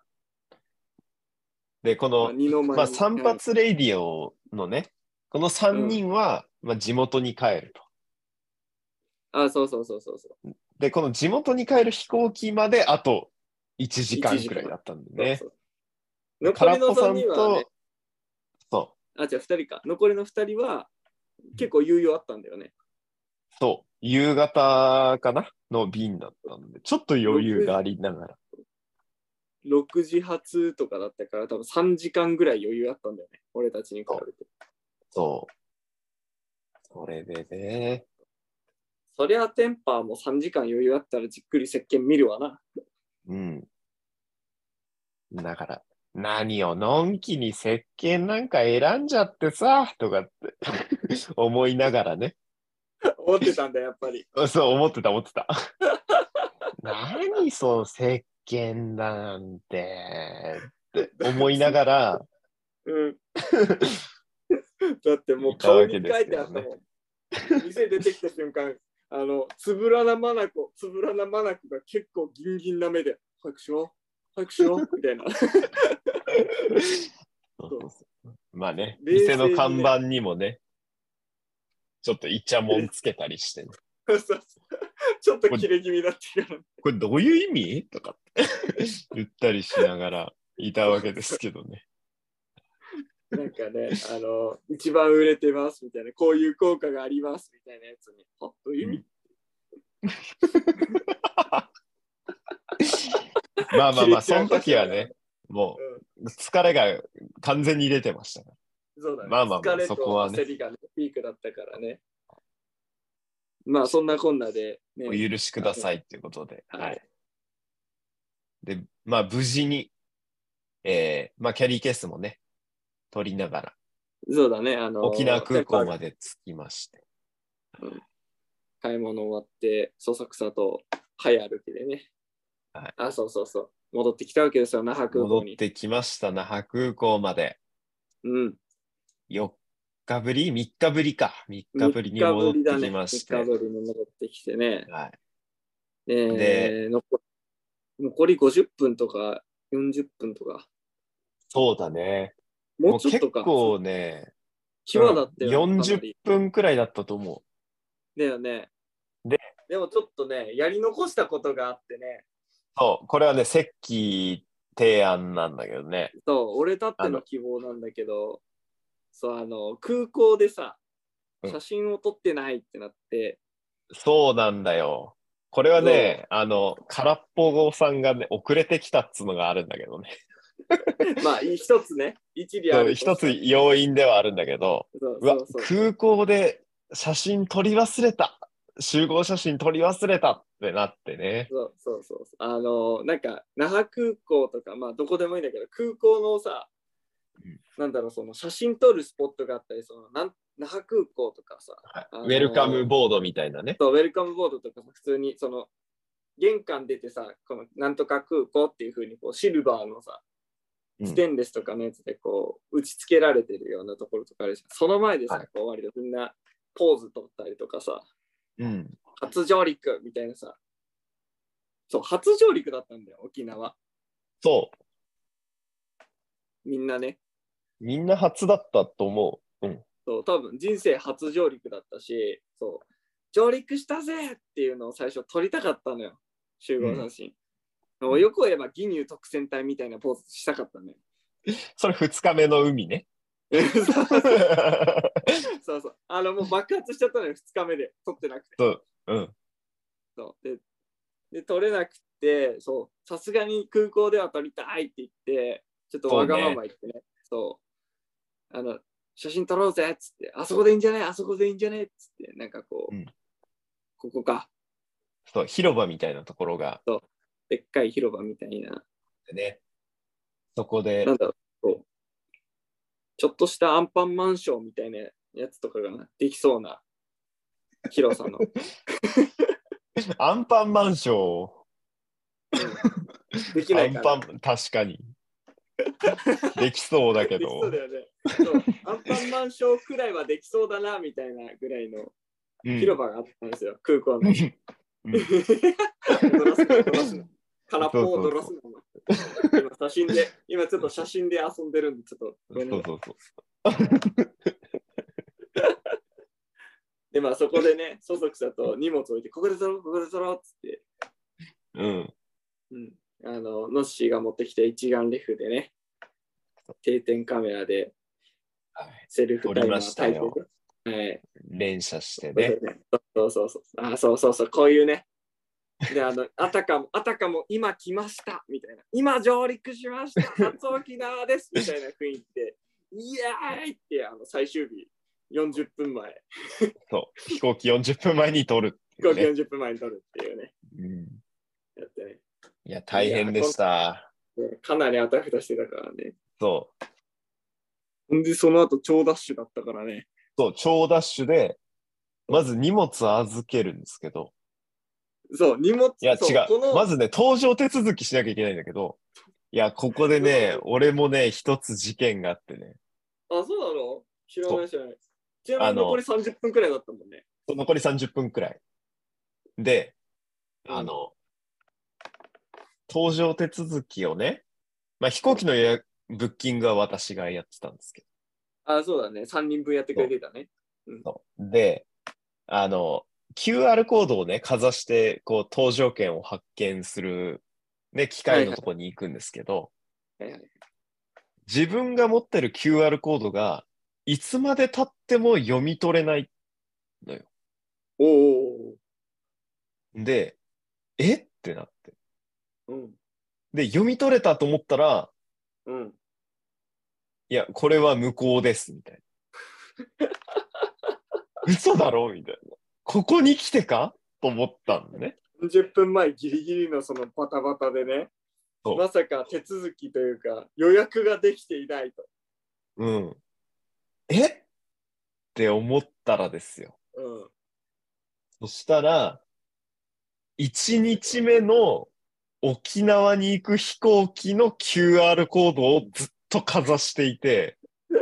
[SPEAKER 1] で、こ
[SPEAKER 2] まあ、
[SPEAKER 1] の、
[SPEAKER 2] 二の前
[SPEAKER 1] まあ、
[SPEAKER 2] に
[SPEAKER 1] 散髪レイディオのね、この3人は、まあ、地元に帰ると。
[SPEAKER 2] あ、そうそうそうそうそう。
[SPEAKER 1] で、この地元に帰る飛行機まであと1時間くらいだったんでね
[SPEAKER 2] そ。うそう残り
[SPEAKER 1] 空
[SPEAKER 2] の
[SPEAKER 1] っぽさ
[SPEAKER 2] 3
[SPEAKER 1] ん
[SPEAKER 2] 人は、ね
[SPEAKER 1] と、そう。
[SPEAKER 2] あ、じゃあ2人か。残りの2人は、結構猶予あったんだよね。
[SPEAKER 1] そう、夕方かなの便だったんで、ちょっと余裕がありながら。
[SPEAKER 2] 6時発とかだったから、多分3時間ぐらい余裕あったんだよね。俺たちに比べて。
[SPEAKER 1] そう。それでね、
[SPEAKER 2] そりゃテンパーも3時間余裕あったらじっくり石鹸見るわな。
[SPEAKER 1] うん。だから、何をのんきに石鹸なんか選んじゃってさ、とかって思いながらね。
[SPEAKER 2] 思ってたんだ、やっぱり。
[SPEAKER 1] そう、思ってた、思ってた。 何その石鹸だなんて、って思いながら、
[SPEAKER 2] うん。 だってもう顔に書いてあったもん。店出てきた瞬間、あの、つぶらなまなこ、つぶらなまなこが結構ギンギンな目で、拍手を、拍手を、みたいな。
[SPEAKER 1] そうそうそうまあね、
[SPEAKER 2] 冷静
[SPEAKER 1] 店
[SPEAKER 2] にね
[SPEAKER 1] の看板にもね、ちょっとイチャモンつけたりしてね、
[SPEAKER 2] そうそうちょっと切れ気味だったから。
[SPEAKER 1] これどういう意味とかって 言ったりしながらいたわけですけどね。
[SPEAKER 2] なんかね、あの、一番売れてますみたいな、こういう効果がありますみたいなやつに、あ、どういう意味
[SPEAKER 1] まあまあ まあ、
[SPEAKER 2] 切れ
[SPEAKER 1] そ
[SPEAKER 2] ちゃ
[SPEAKER 1] の
[SPEAKER 2] う
[SPEAKER 1] 時はね、もう疲れが完全に出てましたから。
[SPEAKER 2] そうだね。
[SPEAKER 1] まあまあまあ
[SPEAKER 2] 疲れと
[SPEAKER 1] そこはね
[SPEAKER 2] 焦りがね、ピークだったからね。まあ、そんなこんなで、ね、
[SPEAKER 1] お許しくださいっていうことで。
[SPEAKER 2] はい
[SPEAKER 1] はい。で、まあ無事に、えー、まあキャリーケースもね、取りながら
[SPEAKER 2] そうだね、あの、
[SPEAKER 1] 沖縄空港ま
[SPEAKER 2] で。
[SPEAKER 1] で着きまして。
[SPEAKER 2] 買い物終わって、そそくさと早歩きでね。
[SPEAKER 1] はい
[SPEAKER 2] あ、そうそうそう。戻ってきたわけですよ、那覇空
[SPEAKER 1] 戻
[SPEAKER 2] 港
[SPEAKER 1] っ
[SPEAKER 2] に。
[SPEAKER 1] てきました、那覇空港まで。
[SPEAKER 2] うん。
[SPEAKER 1] 4日ぶり ?3 日ぶりか。3日ぶりに戻ってきまして。
[SPEAKER 2] 3日ぶりに戻ってきてね。
[SPEAKER 1] はい。
[SPEAKER 2] えー、残残り50分とか40分とか、
[SPEAKER 1] そうだね。
[SPEAKER 2] もうちょっとか、
[SPEAKER 1] 結構ね、
[SPEAKER 2] 際だったよ、
[SPEAKER 1] うん
[SPEAKER 2] かな
[SPEAKER 1] 40
[SPEAKER 2] り
[SPEAKER 1] 分くらいだったと思
[SPEAKER 2] だよね。
[SPEAKER 1] で、
[SPEAKER 2] でもちょっとね、やり残したことがあってね、
[SPEAKER 1] う。そう、これはね、席提案なんだけどね。
[SPEAKER 2] そう、俺たっ
[SPEAKER 1] あ
[SPEAKER 2] ての
[SPEAKER 1] の
[SPEAKER 2] 希望なんだけど、そう、あの、空港でさ、
[SPEAKER 1] うん
[SPEAKER 2] 写真を撮ってないってなって、
[SPEAKER 1] そうなんだよ。これはね、あの、空っぽさんがね、遅れてきたっつうのがあるんだけどね。
[SPEAKER 2] まあ、い一つね、一理あ
[SPEAKER 1] そう
[SPEAKER 2] る。
[SPEAKER 1] 一つ要因ではあるんだけど、
[SPEAKER 2] そう
[SPEAKER 1] うわ
[SPEAKER 2] そうそう、
[SPEAKER 1] 空港で写真撮り忘れた集合写真撮り忘れたってなってね。
[SPEAKER 2] そうそうそうそう。あの、なんか、那覇空港とか、まあ、どこでもいいんだけど、空港のさ
[SPEAKER 1] うん、
[SPEAKER 2] なんだろう、その写真撮るスポットがあったり、そのなん那覇空港とかさ、あの
[SPEAKER 1] ウェルカムボードみたいなね。
[SPEAKER 2] そうウェルカムボードとかさ、普通に、その、玄関出てさ、このなんとか空港っていう風にこうシルバーのさ、
[SPEAKER 1] うん
[SPEAKER 2] ステンレスとかのやつでこう、打ち付けられてるようなところとかあるじゃん。その前でさ、
[SPEAKER 1] はい
[SPEAKER 2] こう割とみんなポーズ撮ったりとかさ、
[SPEAKER 1] うん。
[SPEAKER 2] 初上陸みたいなさ、そう、初上陸だったんだよ、沖縄。
[SPEAKER 1] そ
[SPEAKER 2] みんなね。
[SPEAKER 1] う。みんな初だったと思う。うん。
[SPEAKER 2] そう、多分人生初上陸だったし、そう、上陸したぜっていうのを最初撮りたかったのよ、集合写真。もうよく言えば義乳特選隊みたいなポーズしたかった のよ。
[SPEAKER 1] それ2日目の海 ね。
[SPEAKER 2] そうそう。あの、もう爆発しちゃったのよ、2日目で撮ってなくて。
[SPEAKER 1] うん。
[SPEAKER 2] そうでで、撮れなくて、そう、さすがに空港では撮りたいって言って、ちょっとわがまま言ってね、そう、あの、写真撮ろうぜっつって、あそこでいいんじゃないあそこでいいんじゃないっつって、なんかこう、
[SPEAKER 1] うん
[SPEAKER 2] ここか、
[SPEAKER 1] そう、広場みたいなところがあっ
[SPEAKER 2] でっかい広場みたいな、
[SPEAKER 1] てね。そこで
[SPEAKER 2] な、んだろうこう、ちょっとしたアンパンマンションみたいなやつとかができそうな 広さの。
[SPEAKER 1] アンパンマンションを
[SPEAKER 2] できないかな
[SPEAKER 1] アンパン、確かに。できそうだけ
[SPEAKER 2] できそ
[SPEAKER 1] ど
[SPEAKER 2] う。だよね。そうアンパンマンションくらいはできそうだな、みたいなぐらいの
[SPEAKER 1] うん
[SPEAKER 2] 広場があったんですよ、空港の。
[SPEAKER 1] うん
[SPEAKER 2] ドラスナドラスナ空っぽをドラスナの。今写真で、今ちょっと写真で遊んでるんで、ちょっとご
[SPEAKER 1] そ
[SPEAKER 2] めんなさ
[SPEAKER 1] う
[SPEAKER 2] い。
[SPEAKER 1] そうそう。
[SPEAKER 2] で、まあそこでね、そそくさと荷物置いて、ここで撮ろう、ここで撮ろうっつって。
[SPEAKER 1] うん。
[SPEAKER 2] うん、あの、ノッシーが持ってきた一眼レフでね、定点カメラで
[SPEAKER 1] はい
[SPEAKER 2] セルフタイマ
[SPEAKER 1] 撮りましたよ
[SPEAKER 2] ータイプではい。
[SPEAKER 1] 連射してね。
[SPEAKER 2] そうそうそう。あ、そうそうそう。こういうね。で、あの、 あたかも、あたかも今来ましたみたいな。今上陸しました初沖縄 ですみたいな雰囲気で、イエーイって、あの、最終日40分前。
[SPEAKER 1] そう。飛行機40分前に撮るって
[SPEAKER 2] 飛行機40分前に撮るっていうね、
[SPEAKER 1] うん、
[SPEAKER 2] やってね
[SPEAKER 1] いや、大変でした。
[SPEAKER 2] うん。かなりあたふたしてたからね。
[SPEAKER 1] そう。
[SPEAKER 2] ほんで、その後超ダッシュだったからね。
[SPEAKER 1] そう、超ダッシュで、まず荷物預けるんですけど、
[SPEAKER 2] そう、荷物、
[SPEAKER 1] いや、違
[SPEAKER 2] そうこの
[SPEAKER 1] う。まずね、搭乗手続きしなきゃいけないんだけど、いや、ここでね、俺もね、一つ事件があってね、
[SPEAKER 2] あ、そうなの知らない知らない。ちなみ
[SPEAKER 1] あ
[SPEAKER 2] に
[SPEAKER 1] の
[SPEAKER 2] 残り30分くらいだったもんね。
[SPEAKER 1] 残り30分くらい。で、
[SPEAKER 2] うん
[SPEAKER 1] あの、搭乗手続きをね、まあ、飛行機の予約、ブッキングは私がやってたんですけ
[SPEAKER 2] あ、そうだね。3人分やってくれてたね。
[SPEAKER 1] ど、で、あの、QR コードをね、かざして、こう、搭乗券を発見する、ね、機械のとこに行くんですけど、
[SPEAKER 2] はいはい
[SPEAKER 1] 自分が持ってる QR コードが、いつまで経っても読み取れない。
[SPEAKER 2] おー
[SPEAKER 1] んで、えってなって。
[SPEAKER 2] おーおー。
[SPEAKER 1] で、読み取れたと思ったら、
[SPEAKER 2] うん。うん。
[SPEAKER 1] いや、これは無効です、みたい な。嘘だろみたいな。ここに来てかと思ったんだね。
[SPEAKER 2] 40分前ギリギリのそのバタバタでね
[SPEAKER 1] そう、
[SPEAKER 2] まさか手続きというか予約ができていないと。
[SPEAKER 1] うん。えって思ったらですよ。
[SPEAKER 2] うん。
[SPEAKER 1] そしたら、1日目の沖縄に行く飛行機の QR コードをずっとかざしていて、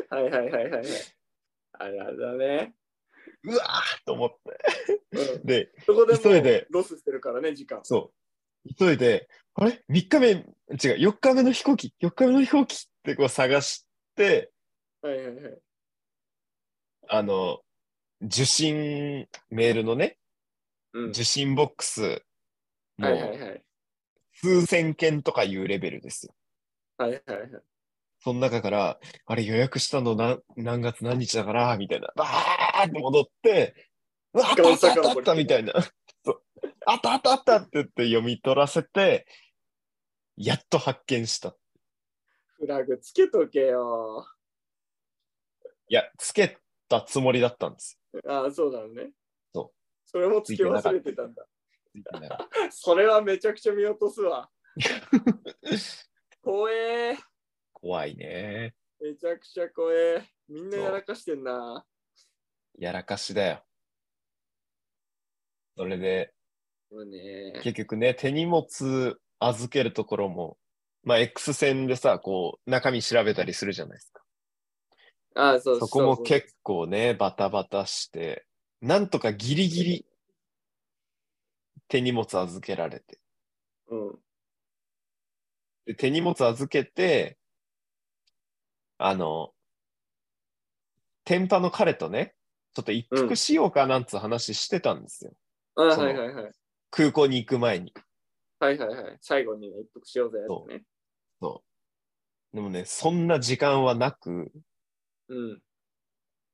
[SPEAKER 2] はいはいはいはいはい。あれだね。
[SPEAKER 1] うわーと思って。
[SPEAKER 2] うん、
[SPEAKER 1] で、
[SPEAKER 2] そこでも
[SPEAKER 1] 急いで
[SPEAKER 2] うロスしてるからね、時間。
[SPEAKER 1] そう。急いで、あれ ?3 日目、違う、4日目の飛行機、4日目の飛行機ってこう探して、
[SPEAKER 2] はいはいはい。
[SPEAKER 1] あの、受信、メールのね、
[SPEAKER 2] うん、
[SPEAKER 1] 受信ボックス、も
[SPEAKER 2] はいはいうはい。
[SPEAKER 1] 数千件とかいうレベルですよ。
[SPEAKER 2] はいはいはい。
[SPEAKER 1] その中から、あれ予約したの何何月何日だから、みたいな、バーって戻って、うわあったあったあったあったみたいな、 そうあったあったあったって言って読み取らせて、やっと発見した。
[SPEAKER 2] フラグつけとけよ。
[SPEAKER 1] いや、つけたつもりだったんです。
[SPEAKER 2] ああ、そうなのね。。
[SPEAKER 1] そう
[SPEAKER 2] それもつけ忘れてたんだ。
[SPEAKER 1] い
[SPEAKER 2] それはめちゃくちゃ見落と すわ。怖えー。
[SPEAKER 1] 怖いね。
[SPEAKER 2] めちゃくちゃ怖えー。みんなやらかしてんな。
[SPEAKER 1] やらかしだよ。それで、
[SPEAKER 2] そうね。
[SPEAKER 1] 結局ね、手荷物預けるところも、まあ、X 線でさ、こう、中身調べたりするじゃないですか。
[SPEAKER 2] ああ、そう
[SPEAKER 1] そこも
[SPEAKER 2] そうそう
[SPEAKER 1] 結構ね、バタバタして、なんとかギリギリ手荷物預けられて。
[SPEAKER 2] うん。
[SPEAKER 1] で手荷物預けて、あの、天パの彼とね、ちょっと一服しようかなんつう話してたんですよ。
[SPEAKER 2] ああ
[SPEAKER 1] その
[SPEAKER 2] はいはいはい。
[SPEAKER 1] 空港に行く前に。
[SPEAKER 2] はいはいはい。最後にね一服しようぜ
[SPEAKER 1] そ
[SPEAKER 2] ね。
[SPEAKER 1] でもね、そんな時間はなく、
[SPEAKER 2] うん。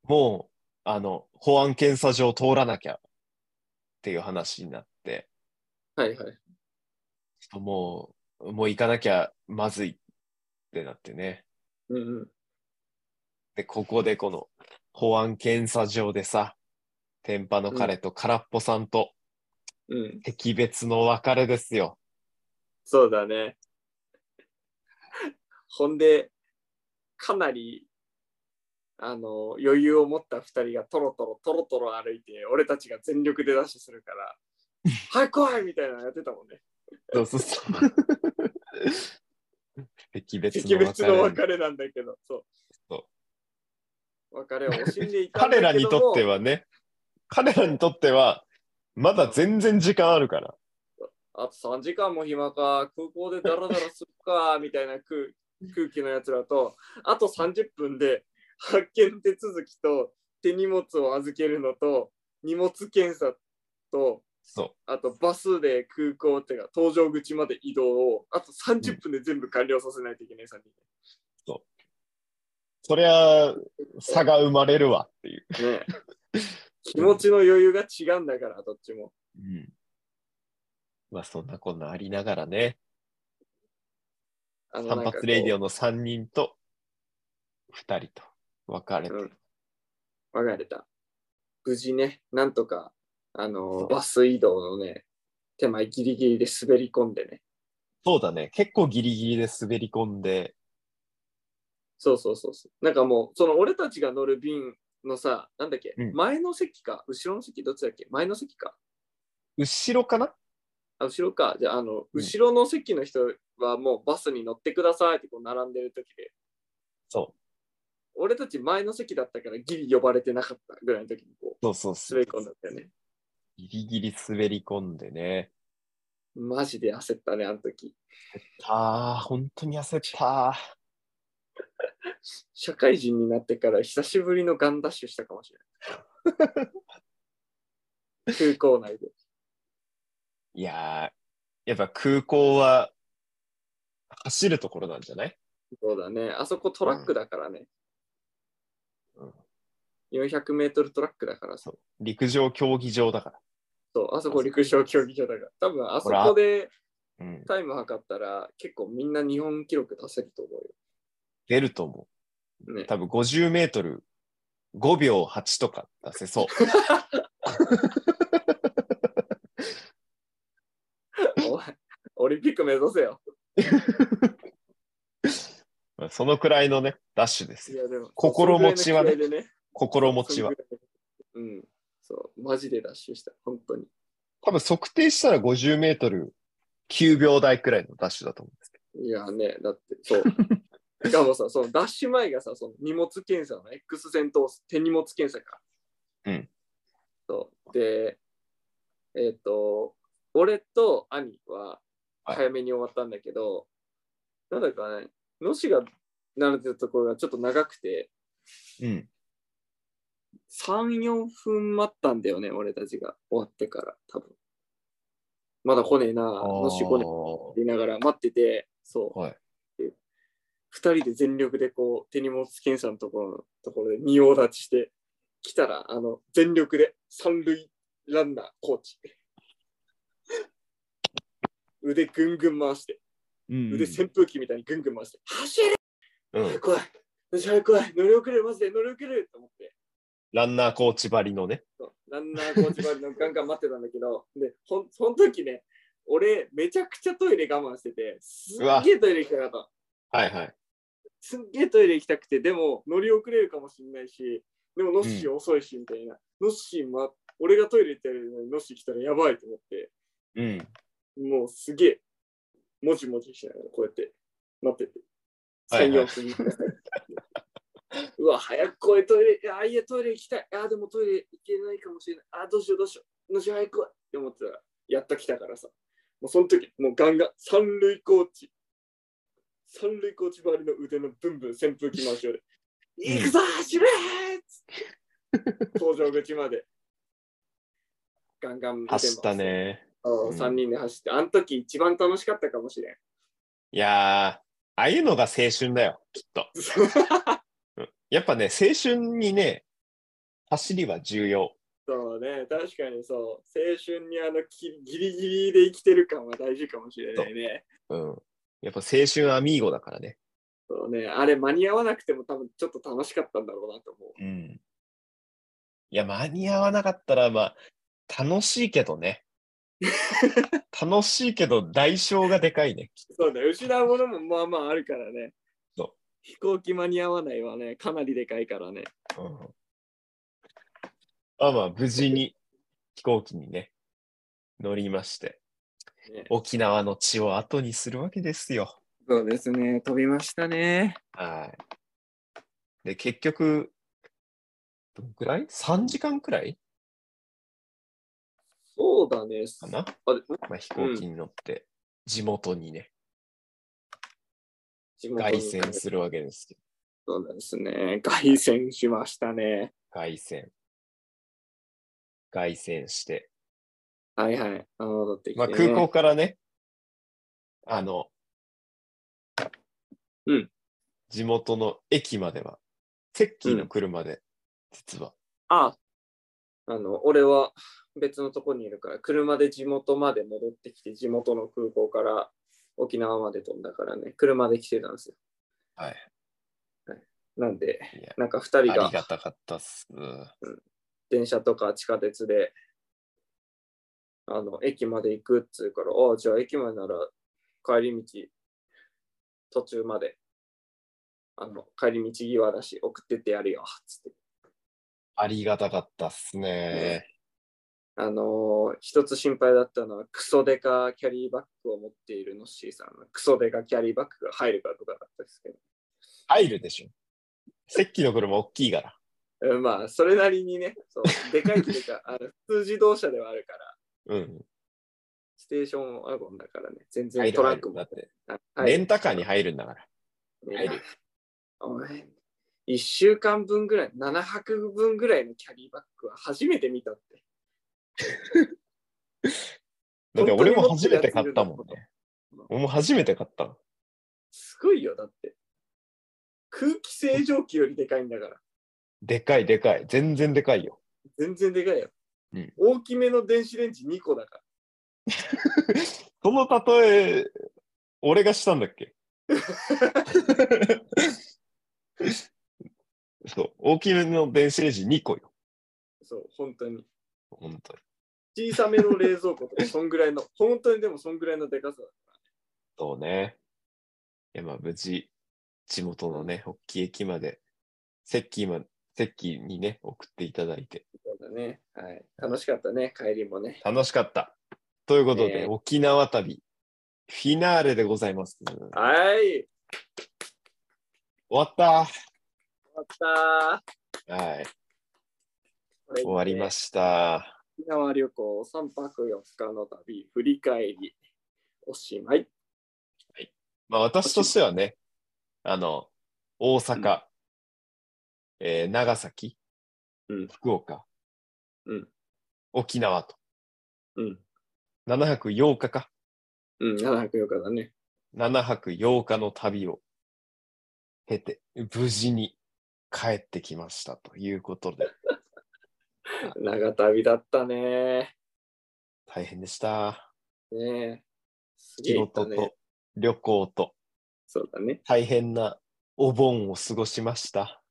[SPEAKER 1] もう、あの、保安検査場通らなきゃっていう話になって、
[SPEAKER 2] はいはい。
[SPEAKER 1] ちょっともう、もう行かなきゃまずいってなってね。
[SPEAKER 2] うんうん。
[SPEAKER 1] で、ここでこの保安検査場でさ、天パの彼と空っぽさんと
[SPEAKER 2] うん。
[SPEAKER 1] 敵別の別れですよ。
[SPEAKER 2] そうだね。ほんで、かなり、あの、余裕を持った二人がトロトロトロトロ歩いて、俺たちが全力でダッシュす るから、はい、来いみたいなのやってたもんね。
[SPEAKER 1] そうそうそう。敵別
[SPEAKER 2] 敵
[SPEAKER 1] の別
[SPEAKER 2] 別の
[SPEAKER 1] れ。
[SPEAKER 2] 別れなんだけど、そう。
[SPEAKER 1] そ
[SPEAKER 2] 別れを惜しんでいたんだ
[SPEAKER 1] 彼
[SPEAKER 2] けども
[SPEAKER 1] らにとってはね、彼らにとっては、まだ全然時間あるから。
[SPEAKER 2] あと3時間も暇か、空港でダラダラする か、みたいな空空気のやつらと、あと30分で発見手続きと手荷物を預けるのと、荷物検査と、
[SPEAKER 1] そう。
[SPEAKER 2] あとバスで空港っていうか、搭乗口まで移動を、あと30分で全部完了させないといけない3人。
[SPEAKER 1] そりゃ、差が生まれるわっていう。
[SPEAKER 2] ねえ気持ちの余裕が違うんだから、どっちも。
[SPEAKER 1] うん。まあ、そんなこんなありながらね、
[SPEAKER 2] あの
[SPEAKER 1] 散
[SPEAKER 2] なんかこ
[SPEAKER 1] 髪
[SPEAKER 2] う
[SPEAKER 1] レディオの3人と2人と別れて、
[SPEAKER 2] うん。別れた。無事ね、なんとかあの、バス移動のね、手前ギリギリで滑り込んでね。
[SPEAKER 1] そうだね。結構ギリギリで滑り込んで、
[SPEAKER 2] そうそうそうそう。なんかもう、その俺たちが乗る便のさ、なんだっけ、
[SPEAKER 1] うん
[SPEAKER 2] 前の席か、後ろの席、どっちだっけ前の席か。
[SPEAKER 1] 後ろかな
[SPEAKER 2] あ、後ろか。じゃあ、あの、後ろの席の人はもうバスに乗ってくださいってこう並んでる時で、
[SPEAKER 1] そ
[SPEAKER 2] 俺たち前の席だったからギリ呼ばれてなかったぐらいの時にこ
[SPEAKER 1] う。そうそう
[SPEAKER 2] う、
[SPEAKER 1] そう
[SPEAKER 2] 滑り込んだったよね。
[SPEAKER 1] ギリギリ滑り込んでね。
[SPEAKER 2] マジで焦ったね、あの時。
[SPEAKER 1] ああ、本当に焦った。
[SPEAKER 2] 社会人になってから久しぶりのガンダッシュしたかもしれない。空港内で。
[SPEAKER 1] いやー、やっぱ空港は走るところなんじゃない
[SPEAKER 2] そうだね。あそこトラックだからね。
[SPEAKER 1] うん
[SPEAKER 2] 400メートルトラックだからさ。
[SPEAKER 1] 陸上競技場だか
[SPEAKER 2] そう、あそこ陸上競技場だから。多分あそこで
[SPEAKER 1] ら。うん。
[SPEAKER 2] タイム測ったら結構みんな日本記録出せると思
[SPEAKER 1] 出ると思
[SPEAKER 2] うよ。
[SPEAKER 1] う。
[SPEAKER 2] ね。
[SPEAKER 1] 多分50メートル5秒8とか出せ そう。
[SPEAKER 2] お前オリンピック目指せよ。
[SPEAKER 1] まあそのくらいのね、ダッシュです
[SPEAKER 2] い
[SPEAKER 1] よ。
[SPEAKER 2] やでも
[SPEAKER 1] 心持ちはね
[SPEAKER 2] そんぐらいの気合で
[SPEAKER 1] 心持ちは。。
[SPEAKER 2] そんぐらいうん。そう、マジでダッシュした。本当に。
[SPEAKER 1] 多分測定したら50メートル9秒台くらいのダッシュだと思うんですけ
[SPEAKER 2] いやね、だって、 そう。しかもさ、そのダッシュ前がさ、その荷物検査の X 線と手荷物検査か。
[SPEAKER 1] うん。
[SPEAKER 2] そう。で、えっ、と、俺と兄は
[SPEAKER 1] はい
[SPEAKER 2] 早めに終わったんだけど、なんだかね、のしが慣れてるところがちょっと長くて、
[SPEAKER 1] ど。うん。
[SPEAKER 2] 3、4分待ったんだよね、俺たちが終わってから、多分。まだ来ねえな、のし来ねえ
[SPEAKER 1] あ
[SPEAKER 2] 言いながら待ってて、そう。
[SPEAKER 1] はい
[SPEAKER 2] で二人で全力でこう手荷物検査のところのところで仁王立ちして来たらあの全力で三塁ランナーコーチ 腕ぐんぐん回して
[SPEAKER 1] ー
[SPEAKER 2] 腕扇風機みたいにぐんぐん回して、走れ
[SPEAKER 1] うん。
[SPEAKER 2] 怖い早く来い乗り遅れるマジで乗り遅れると思って
[SPEAKER 1] ランナーコーチばりのね。
[SPEAKER 2] そうランナーコーチバリのガンガン待ってたんだけど、 で、ほん、その時ね、俺、めちゃくちゃトイレ我慢してて、すっげえトイレ行きたかった。
[SPEAKER 1] はいはい。
[SPEAKER 2] すっげえトイレ行きたくて、でも乗り遅れるかもしれないし、でもノッシー遅いし、みたいな。ノッシーま、俺がトイレ行ってるのにノッシー来たらやばいと思って、
[SPEAKER 1] うん。
[SPEAKER 2] もうすげえ、もじもじしながらこうやって待ってて。
[SPEAKER 1] はいはい
[SPEAKER 2] 3、4分。うわ、早くこいトイレ、あ、いや、トイレ行きたい。あ、でもトイレ行けないかもしれない。あ、どうしようどうしよう。のし早く来いって思ってたら、やっと来たからさ。もうその時、もうガンガン、三塁コーチ。三塁コーチ周りの腕のブンブン扇風機回しをで。行くぞ、走れーっつって搭乗口まで。ガンガン
[SPEAKER 1] 走った。ね。
[SPEAKER 2] そううん3人で走って、あの時一番楽しかったかもしれん。
[SPEAKER 1] いやー、ああいうのが青春だよ、きっと。
[SPEAKER 2] そう
[SPEAKER 1] やっぱね、青春にね、走りは重要。
[SPEAKER 2] ね、確かにそう、青春にあのきギリギリで生きてる感は大事かもしれないね。
[SPEAKER 1] うん。やっぱ青春アミーゴだからね。
[SPEAKER 2] そうね、あれ間に合わなくても多分ちょっと楽しかったんだろうなと思う。
[SPEAKER 1] うん。いや、間に合わなかったら、まあ、楽しいけどね。楽しいけど、代償がでかいね。
[SPEAKER 2] そうね、失うものもまあまああるからね。
[SPEAKER 1] そう
[SPEAKER 2] 飛行機間に合わないはね、かなりでかいからね。
[SPEAKER 1] うん。まあまあ、無事に飛行機にね、乗りまして、
[SPEAKER 2] ね
[SPEAKER 1] 沖縄の地を後にするわけですよ。
[SPEAKER 2] そうですね、飛びましたね。
[SPEAKER 1] はい。で、結局、どんくらい ?3 時間くらい
[SPEAKER 2] そうだね、
[SPEAKER 1] かな、
[SPEAKER 2] あで
[SPEAKER 1] まあ、飛行機に乗って、地元にね、
[SPEAKER 2] 地元に
[SPEAKER 1] 凱旋するわけですけど、
[SPEAKER 2] そうですね、凱旋しましたね。
[SPEAKER 1] 凱旋。凱旋して、
[SPEAKER 2] はいはい、あの、だってき
[SPEAKER 1] ま
[SPEAKER 2] て
[SPEAKER 1] あ、
[SPEAKER 2] ね
[SPEAKER 1] 空港からね、あの、
[SPEAKER 2] うん。
[SPEAKER 1] 地元の駅までは、セッキーの車で、実は、
[SPEAKER 2] あ、あの、俺は別のとこにいるから、車で地元まで戻ってきて、地元の空港から沖縄まで飛んだからね、車で来てたんですよ。
[SPEAKER 1] はい。
[SPEAKER 2] なんで、
[SPEAKER 1] いや
[SPEAKER 2] なんか2人
[SPEAKER 1] あり
[SPEAKER 2] が
[SPEAKER 1] がたかったっす。
[SPEAKER 2] 電車とか地下鉄であの、駅まで行くっつうから、ああ、じゃあ駅までなら帰り道、途中まで、あの、帰り道際だし、送ってってやるよ、つって。
[SPEAKER 1] ありがたかったっすね。
[SPEAKER 2] あのー一つ心配だったのは、クソデカキャリーバッグを持っているノッシーさんのクソデカキャリーバッグが入るかとかだったんですけど
[SPEAKER 1] 入るでしょ。セッキーの車大きいから。
[SPEAKER 2] うん、まあ、それなりにね、そうでかいっていうか、あの普通自動車ではあるから、
[SPEAKER 1] うん。
[SPEAKER 2] ステーションワゴンだからね、全
[SPEAKER 1] 入
[SPEAKER 2] 然
[SPEAKER 1] る
[SPEAKER 2] トラック
[SPEAKER 1] 入
[SPEAKER 2] も
[SPEAKER 1] る。だって、
[SPEAKER 2] あ
[SPEAKER 1] レンタカーに入るんだから。入る。
[SPEAKER 2] おい1週間分ぐらい、7泊分ぐらいのキャリーバッグは初めて見たって。
[SPEAKER 1] だって俺も初めて
[SPEAKER 2] 本当に持ってるやつ
[SPEAKER 1] 買っ
[SPEAKER 2] いるんだ
[SPEAKER 1] たもんね。俺も初めて買ったの。
[SPEAKER 2] すごいよ、だって。空気清浄機よりでかいんだから。
[SPEAKER 1] でかいでかい。全然でかいよ。
[SPEAKER 2] 全然でかいよ。
[SPEAKER 1] うん
[SPEAKER 2] 大きめの電子レンジ2個だから。
[SPEAKER 1] その例え、俺がしたんだっけそう。大きめの電子レンジ2個よ。
[SPEAKER 2] そう、本当に。
[SPEAKER 1] 本当に。
[SPEAKER 2] 小さめの冷蔵庫とか、そんぐらいの、 本当にでもそんぐらいのでかさだ。
[SPEAKER 1] そうね。いや、まあ、無事、地元のね、大きい駅まで、セッキーまで、セッキーにね、送っていただいて。
[SPEAKER 2] そうだね。はい。楽しかったね、帰りもね。
[SPEAKER 1] 楽しかった。ということで、
[SPEAKER 2] えー
[SPEAKER 1] 沖縄旅、フィナーレでございます。終
[SPEAKER 2] はい。終
[SPEAKER 1] わった。
[SPEAKER 2] わった
[SPEAKER 1] はい、
[SPEAKER 2] ー。
[SPEAKER 1] 終わりました。
[SPEAKER 2] 沖縄旅行3泊4日の旅、振り返り、おしまい。
[SPEAKER 1] まあ、私としてはね、あの、大阪、えー長崎、
[SPEAKER 2] うん
[SPEAKER 1] 福岡、
[SPEAKER 2] うん
[SPEAKER 1] 沖縄と、
[SPEAKER 2] うん。
[SPEAKER 1] 7泊8日か。
[SPEAKER 2] うん、7泊4日だね。
[SPEAKER 1] 7泊8日の旅を経て、無事に帰ってきましたということで、
[SPEAKER 2] 長旅だったね。
[SPEAKER 1] 大変でした。
[SPEAKER 2] ねえ。す
[SPEAKER 1] 仕
[SPEAKER 2] げえ行った
[SPEAKER 1] 事
[SPEAKER 2] ね
[SPEAKER 1] と。旅行と
[SPEAKER 2] そうだね。
[SPEAKER 1] 大変なお盆を過ごしました。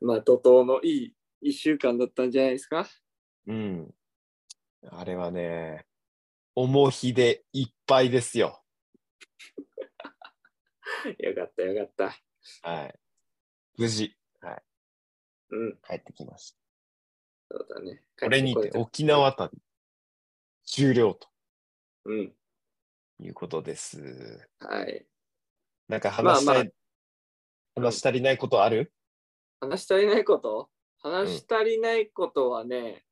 [SPEAKER 2] まあ、怒涛のいい1週間だったんじゃないですか。
[SPEAKER 1] うん。あれはね、重ひでいっぱいですよ。
[SPEAKER 2] よかった、よかった。
[SPEAKER 1] はい。無事
[SPEAKER 2] うん、
[SPEAKER 1] 帰ってきまし
[SPEAKER 2] そうだね。
[SPEAKER 1] た。これにて
[SPEAKER 2] 帰これた
[SPEAKER 1] 沖縄旅終了と
[SPEAKER 2] うん。
[SPEAKER 1] いうことです。
[SPEAKER 2] はい。
[SPEAKER 1] なんか話したい、
[SPEAKER 2] まあま
[SPEAKER 1] 話し足りないことある、
[SPEAKER 2] 話し足りないこと話し足りないことはね、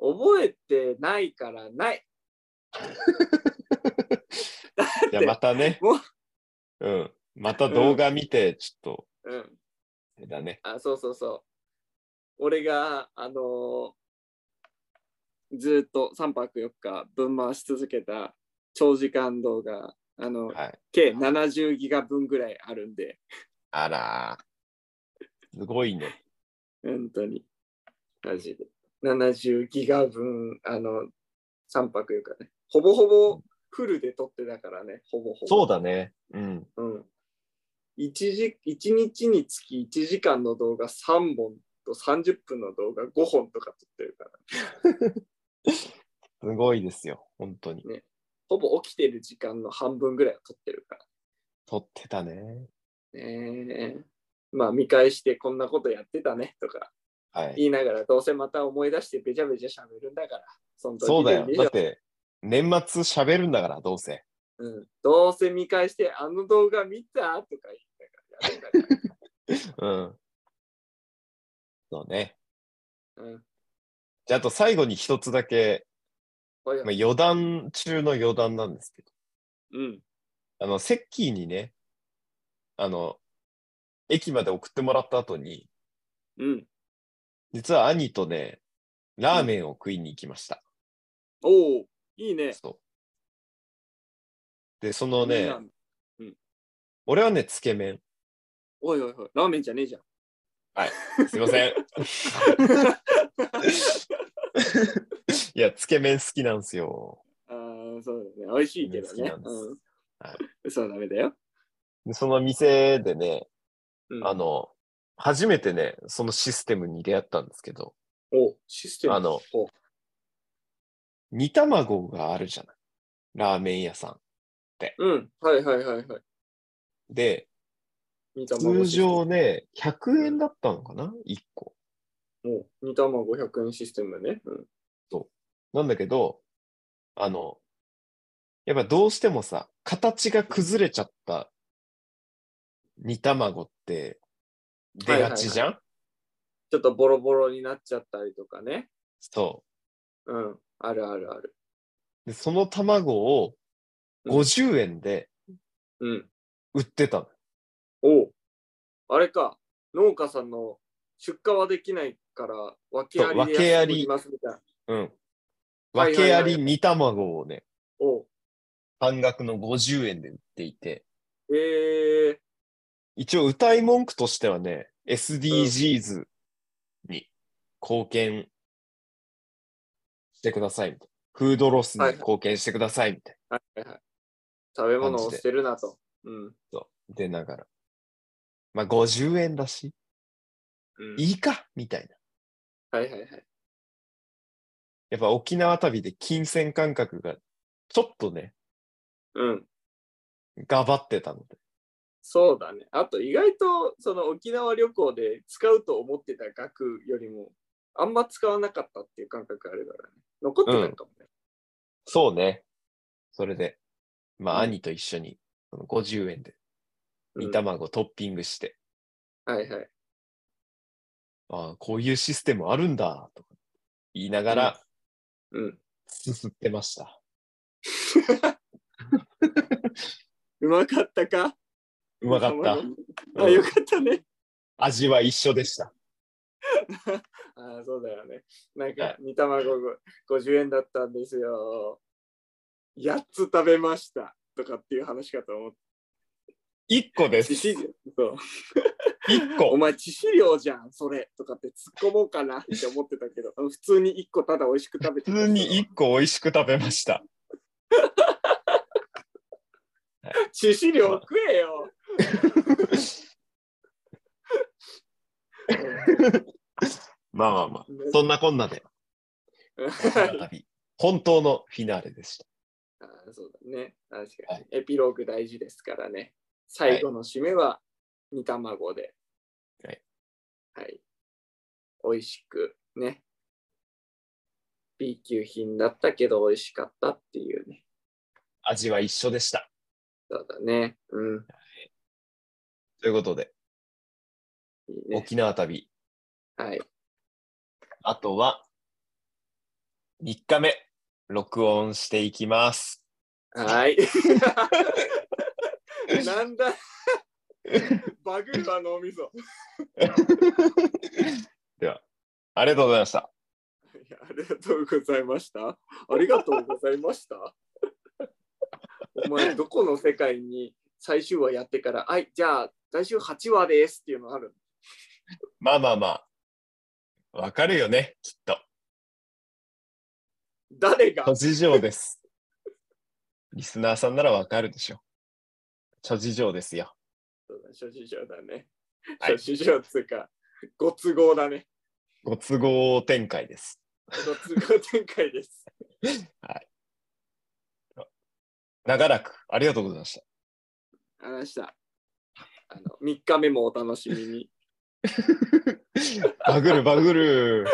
[SPEAKER 2] 覚えてないからない。
[SPEAKER 1] じゃあまたね
[SPEAKER 2] もう。
[SPEAKER 1] うん。また動画見て、ちょっと、
[SPEAKER 2] うん。
[SPEAKER 1] あれだね。
[SPEAKER 2] あ、そうそうそう。俺が、あのーずーっと3泊4日分回し続けた長時間動画、あの、
[SPEAKER 1] はい。
[SPEAKER 2] 計70ギガ分ぐらいあるんで、
[SPEAKER 1] あらー。すごいね。
[SPEAKER 2] 本当に。マジで。70ギガ分、あの、3泊4日ね。ほぼほぼフルで撮ってたからね、ほぼほぼ。
[SPEAKER 1] そうだね。うん。
[SPEAKER 2] うん。1, 時1日につき1時間の動画3本と30分の動画5本とか撮ってるから、
[SPEAKER 1] すごいですよ。本当に。
[SPEAKER 2] ほぼ起きてる時間の半分ぐらいは撮ってるか
[SPEAKER 1] 撮ってたね。
[SPEAKER 2] らね。まあ見返してこんなことやってたねとか
[SPEAKER 1] はい。
[SPEAKER 2] 言いながらどうせまた思い出してべちゃべちゃしゃべるんだから、その時
[SPEAKER 1] そうだよ
[SPEAKER 2] でいい。
[SPEAKER 1] だって、年末喋るんだから、どうせ。
[SPEAKER 2] うん、どうせ見返してあの動画見たとか言いながらやるんだ か
[SPEAKER 1] うん。そうね。
[SPEAKER 2] ら。うん
[SPEAKER 1] じゃあ、あと最後に一つだけ、
[SPEAKER 2] ほい
[SPEAKER 1] まあ、
[SPEAKER 2] ほい
[SPEAKER 1] 余談中の余談なんですけど、
[SPEAKER 2] うん、
[SPEAKER 1] あの、セッキーにね、あの、駅まで送ってもらった後に、
[SPEAKER 2] うん。
[SPEAKER 1] 実は兄とね、ラーメンを食いに行きました。
[SPEAKER 2] おお、いいね。
[SPEAKER 1] そう。で、その
[SPEAKER 2] いい
[SPEAKER 1] ね、
[SPEAKER 2] な
[SPEAKER 1] 俺はね、つけ麺。
[SPEAKER 2] おいおいおい、ラーメンじゃねえじゃん。
[SPEAKER 1] すいま せん。 いや、つけ麺好きなんですよ。
[SPEAKER 2] ああ、そうだね。美味しいけど
[SPEAKER 1] 好き
[SPEAKER 2] ね
[SPEAKER 1] なん。です
[SPEAKER 2] うん
[SPEAKER 1] は
[SPEAKER 2] そうダメだよ。
[SPEAKER 1] でその店でね、
[SPEAKER 2] うん
[SPEAKER 1] あの、初めてね、そのシステムに出会ったんですけど、
[SPEAKER 2] おシステム。
[SPEAKER 1] あの
[SPEAKER 2] お
[SPEAKER 1] 煮卵があるじゃない。ラーメン屋さ
[SPEAKER 2] うん。はいはいはいはい。
[SPEAKER 1] ん。で、
[SPEAKER 2] 煮卵
[SPEAKER 1] 通
[SPEAKER 2] システム。
[SPEAKER 1] 常ね、100円だったのかな ?1 個。
[SPEAKER 2] もう、煮卵100円システムね。うん。
[SPEAKER 1] なんだけど、あの、やっぱどうしてもさ、形が崩れちゃった煮卵って出がちじゃん、
[SPEAKER 2] ちょっとボロボロになっちゃったりとかね。
[SPEAKER 1] そ
[SPEAKER 2] うん。あるあるある。
[SPEAKER 1] う。で、その卵を
[SPEAKER 2] うん
[SPEAKER 1] 50円で
[SPEAKER 2] うん。
[SPEAKER 1] 売ってたの。
[SPEAKER 2] おうあれか。農家さんの出荷はできないから、訳あり
[SPEAKER 1] そう訳あり
[SPEAKER 2] 安く売りますみたいな。
[SPEAKER 1] うん。
[SPEAKER 2] はいはいはい
[SPEAKER 1] 訳あり煮卵をね、
[SPEAKER 2] おう
[SPEAKER 1] 半額の50円で売っていて、
[SPEAKER 2] えー、
[SPEAKER 1] 一応歌い文句としてはね、SDGs に貢献してくださいみたいな。フードロスに貢献してくださいみたい
[SPEAKER 2] はいはいはい。食べ物を捨てるなと。うん。
[SPEAKER 1] な。そうで、ながら。まあ、50円だし、
[SPEAKER 2] うん、
[SPEAKER 1] いいかみたいな。
[SPEAKER 2] はいはいはい。
[SPEAKER 1] やっぱ沖縄旅で金銭感覚がちょっとね、
[SPEAKER 2] うん。
[SPEAKER 1] がばってたので。
[SPEAKER 2] そうだね。あと意外とその沖縄旅行で使うと思ってた額よりもあんま使わなかったっていう感覚あるからね。残ってたのかもね。
[SPEAKER 1] そうね。それで、まあ、
[SPEAKER 2] うん
[SPEAKER 1] 兄と一緒に、その50円で
[SPEAKER 2] うん
[SPEAKER 1] 煮卵トッピングして、
[SPEAKER 2] はいはい。
[SPEAKER 1] ああ、こういうシステムあるんだ、とか言いながら、
[SPEAKER 2] うん。
[SPEAKER 1] すすってました。
[SPEAKER 2] うまかったか
[SPEAKER 1] うまかった。
[SPEAKER 2] あ、よかっ たね。
[SPEAKER 1] 味は一緒でした。
[SPEAKER 2] あそうだよね。なん
[SPEAKER 1] は
[SPEAKER 2] か
[SPEAKER 1] い、
[SPEAKER 2] 煮卵ご50円だったんですよ。8つ食べました。とかっていう話かと思 って。
[SPEAKER 1] 一個です。
[SPEAKER 2] 致死量そう
[SPEAKER 1] 一
[SPEAKER 2] お
[SPEAKER 1] 個。
[SPEAKER 2] 前致死量じゃん、それ。とかって突っ込もうかなって思ってたけど、普通に1個ただ美味しく食べて
[SPEAKER 1] 普
[SPEAKER 2] た
[SPEAKER 1] 通に一個美味しく食べました。
[SPEAKER 2] 致死量食えよ。
[SPEAKER 1] まあまあまあ。そんなこんなで、 旅本当のフィナーレでした。
[SPEAKER 2] あーそうだね。確か
[SPEAKER 1] は
[SPEAKER 2] に。エピローグ大事ですからね。最後の締めは煮卵で。
[SPEAKER 1] はい。
[SPEAKER 2] はい。美味しくね。B 級品だったけど美味しかったっていうね。
[SPEAKER 1] 味は一緒でした。
[SPEAKER 2] そうだね。うん。
[SPEAKER 1] ということで、
[SPEAKER 2] いいね。
[SPEAKER 1] 沖縄旅、
[SPEAKER 2] はい。
[SPEAKER 1] あとは、3日目、録音していき ます。
[SPEAKER 2] はい。なんだバグるわ脳みそ。
[SPEAKER 1] では、ありがとうございました。
[SPEAKER 2] いやありがとうございました。ありがとうございました。お前、どこの世界に最終話やってから、はい、じゃあ、来週8話ですっていうのある
[SPEAKER 1] まあまあまあ。わかるよね、きっと。
[SPEAKER 2] 誰が
[SPEAKER 1] 諸事情です。リスナーさんならわかるでしょ。諸事情ですよ。
[SPEAKER 2] 諸事情だね。
[SPEAKER 1] はい
[SPEAKER 2] 諸事情つうか、ご都合だね。
[SPEAKER 1] ご都合展開です。
[SPEAKER 2] ご都合展開です。
[SPEAKER 1] 長らく、ありがとうございました。
[SPEAKER 2] 話した。あの3日目もお楽しみに。
[SPEAKER 1] バグるバグる。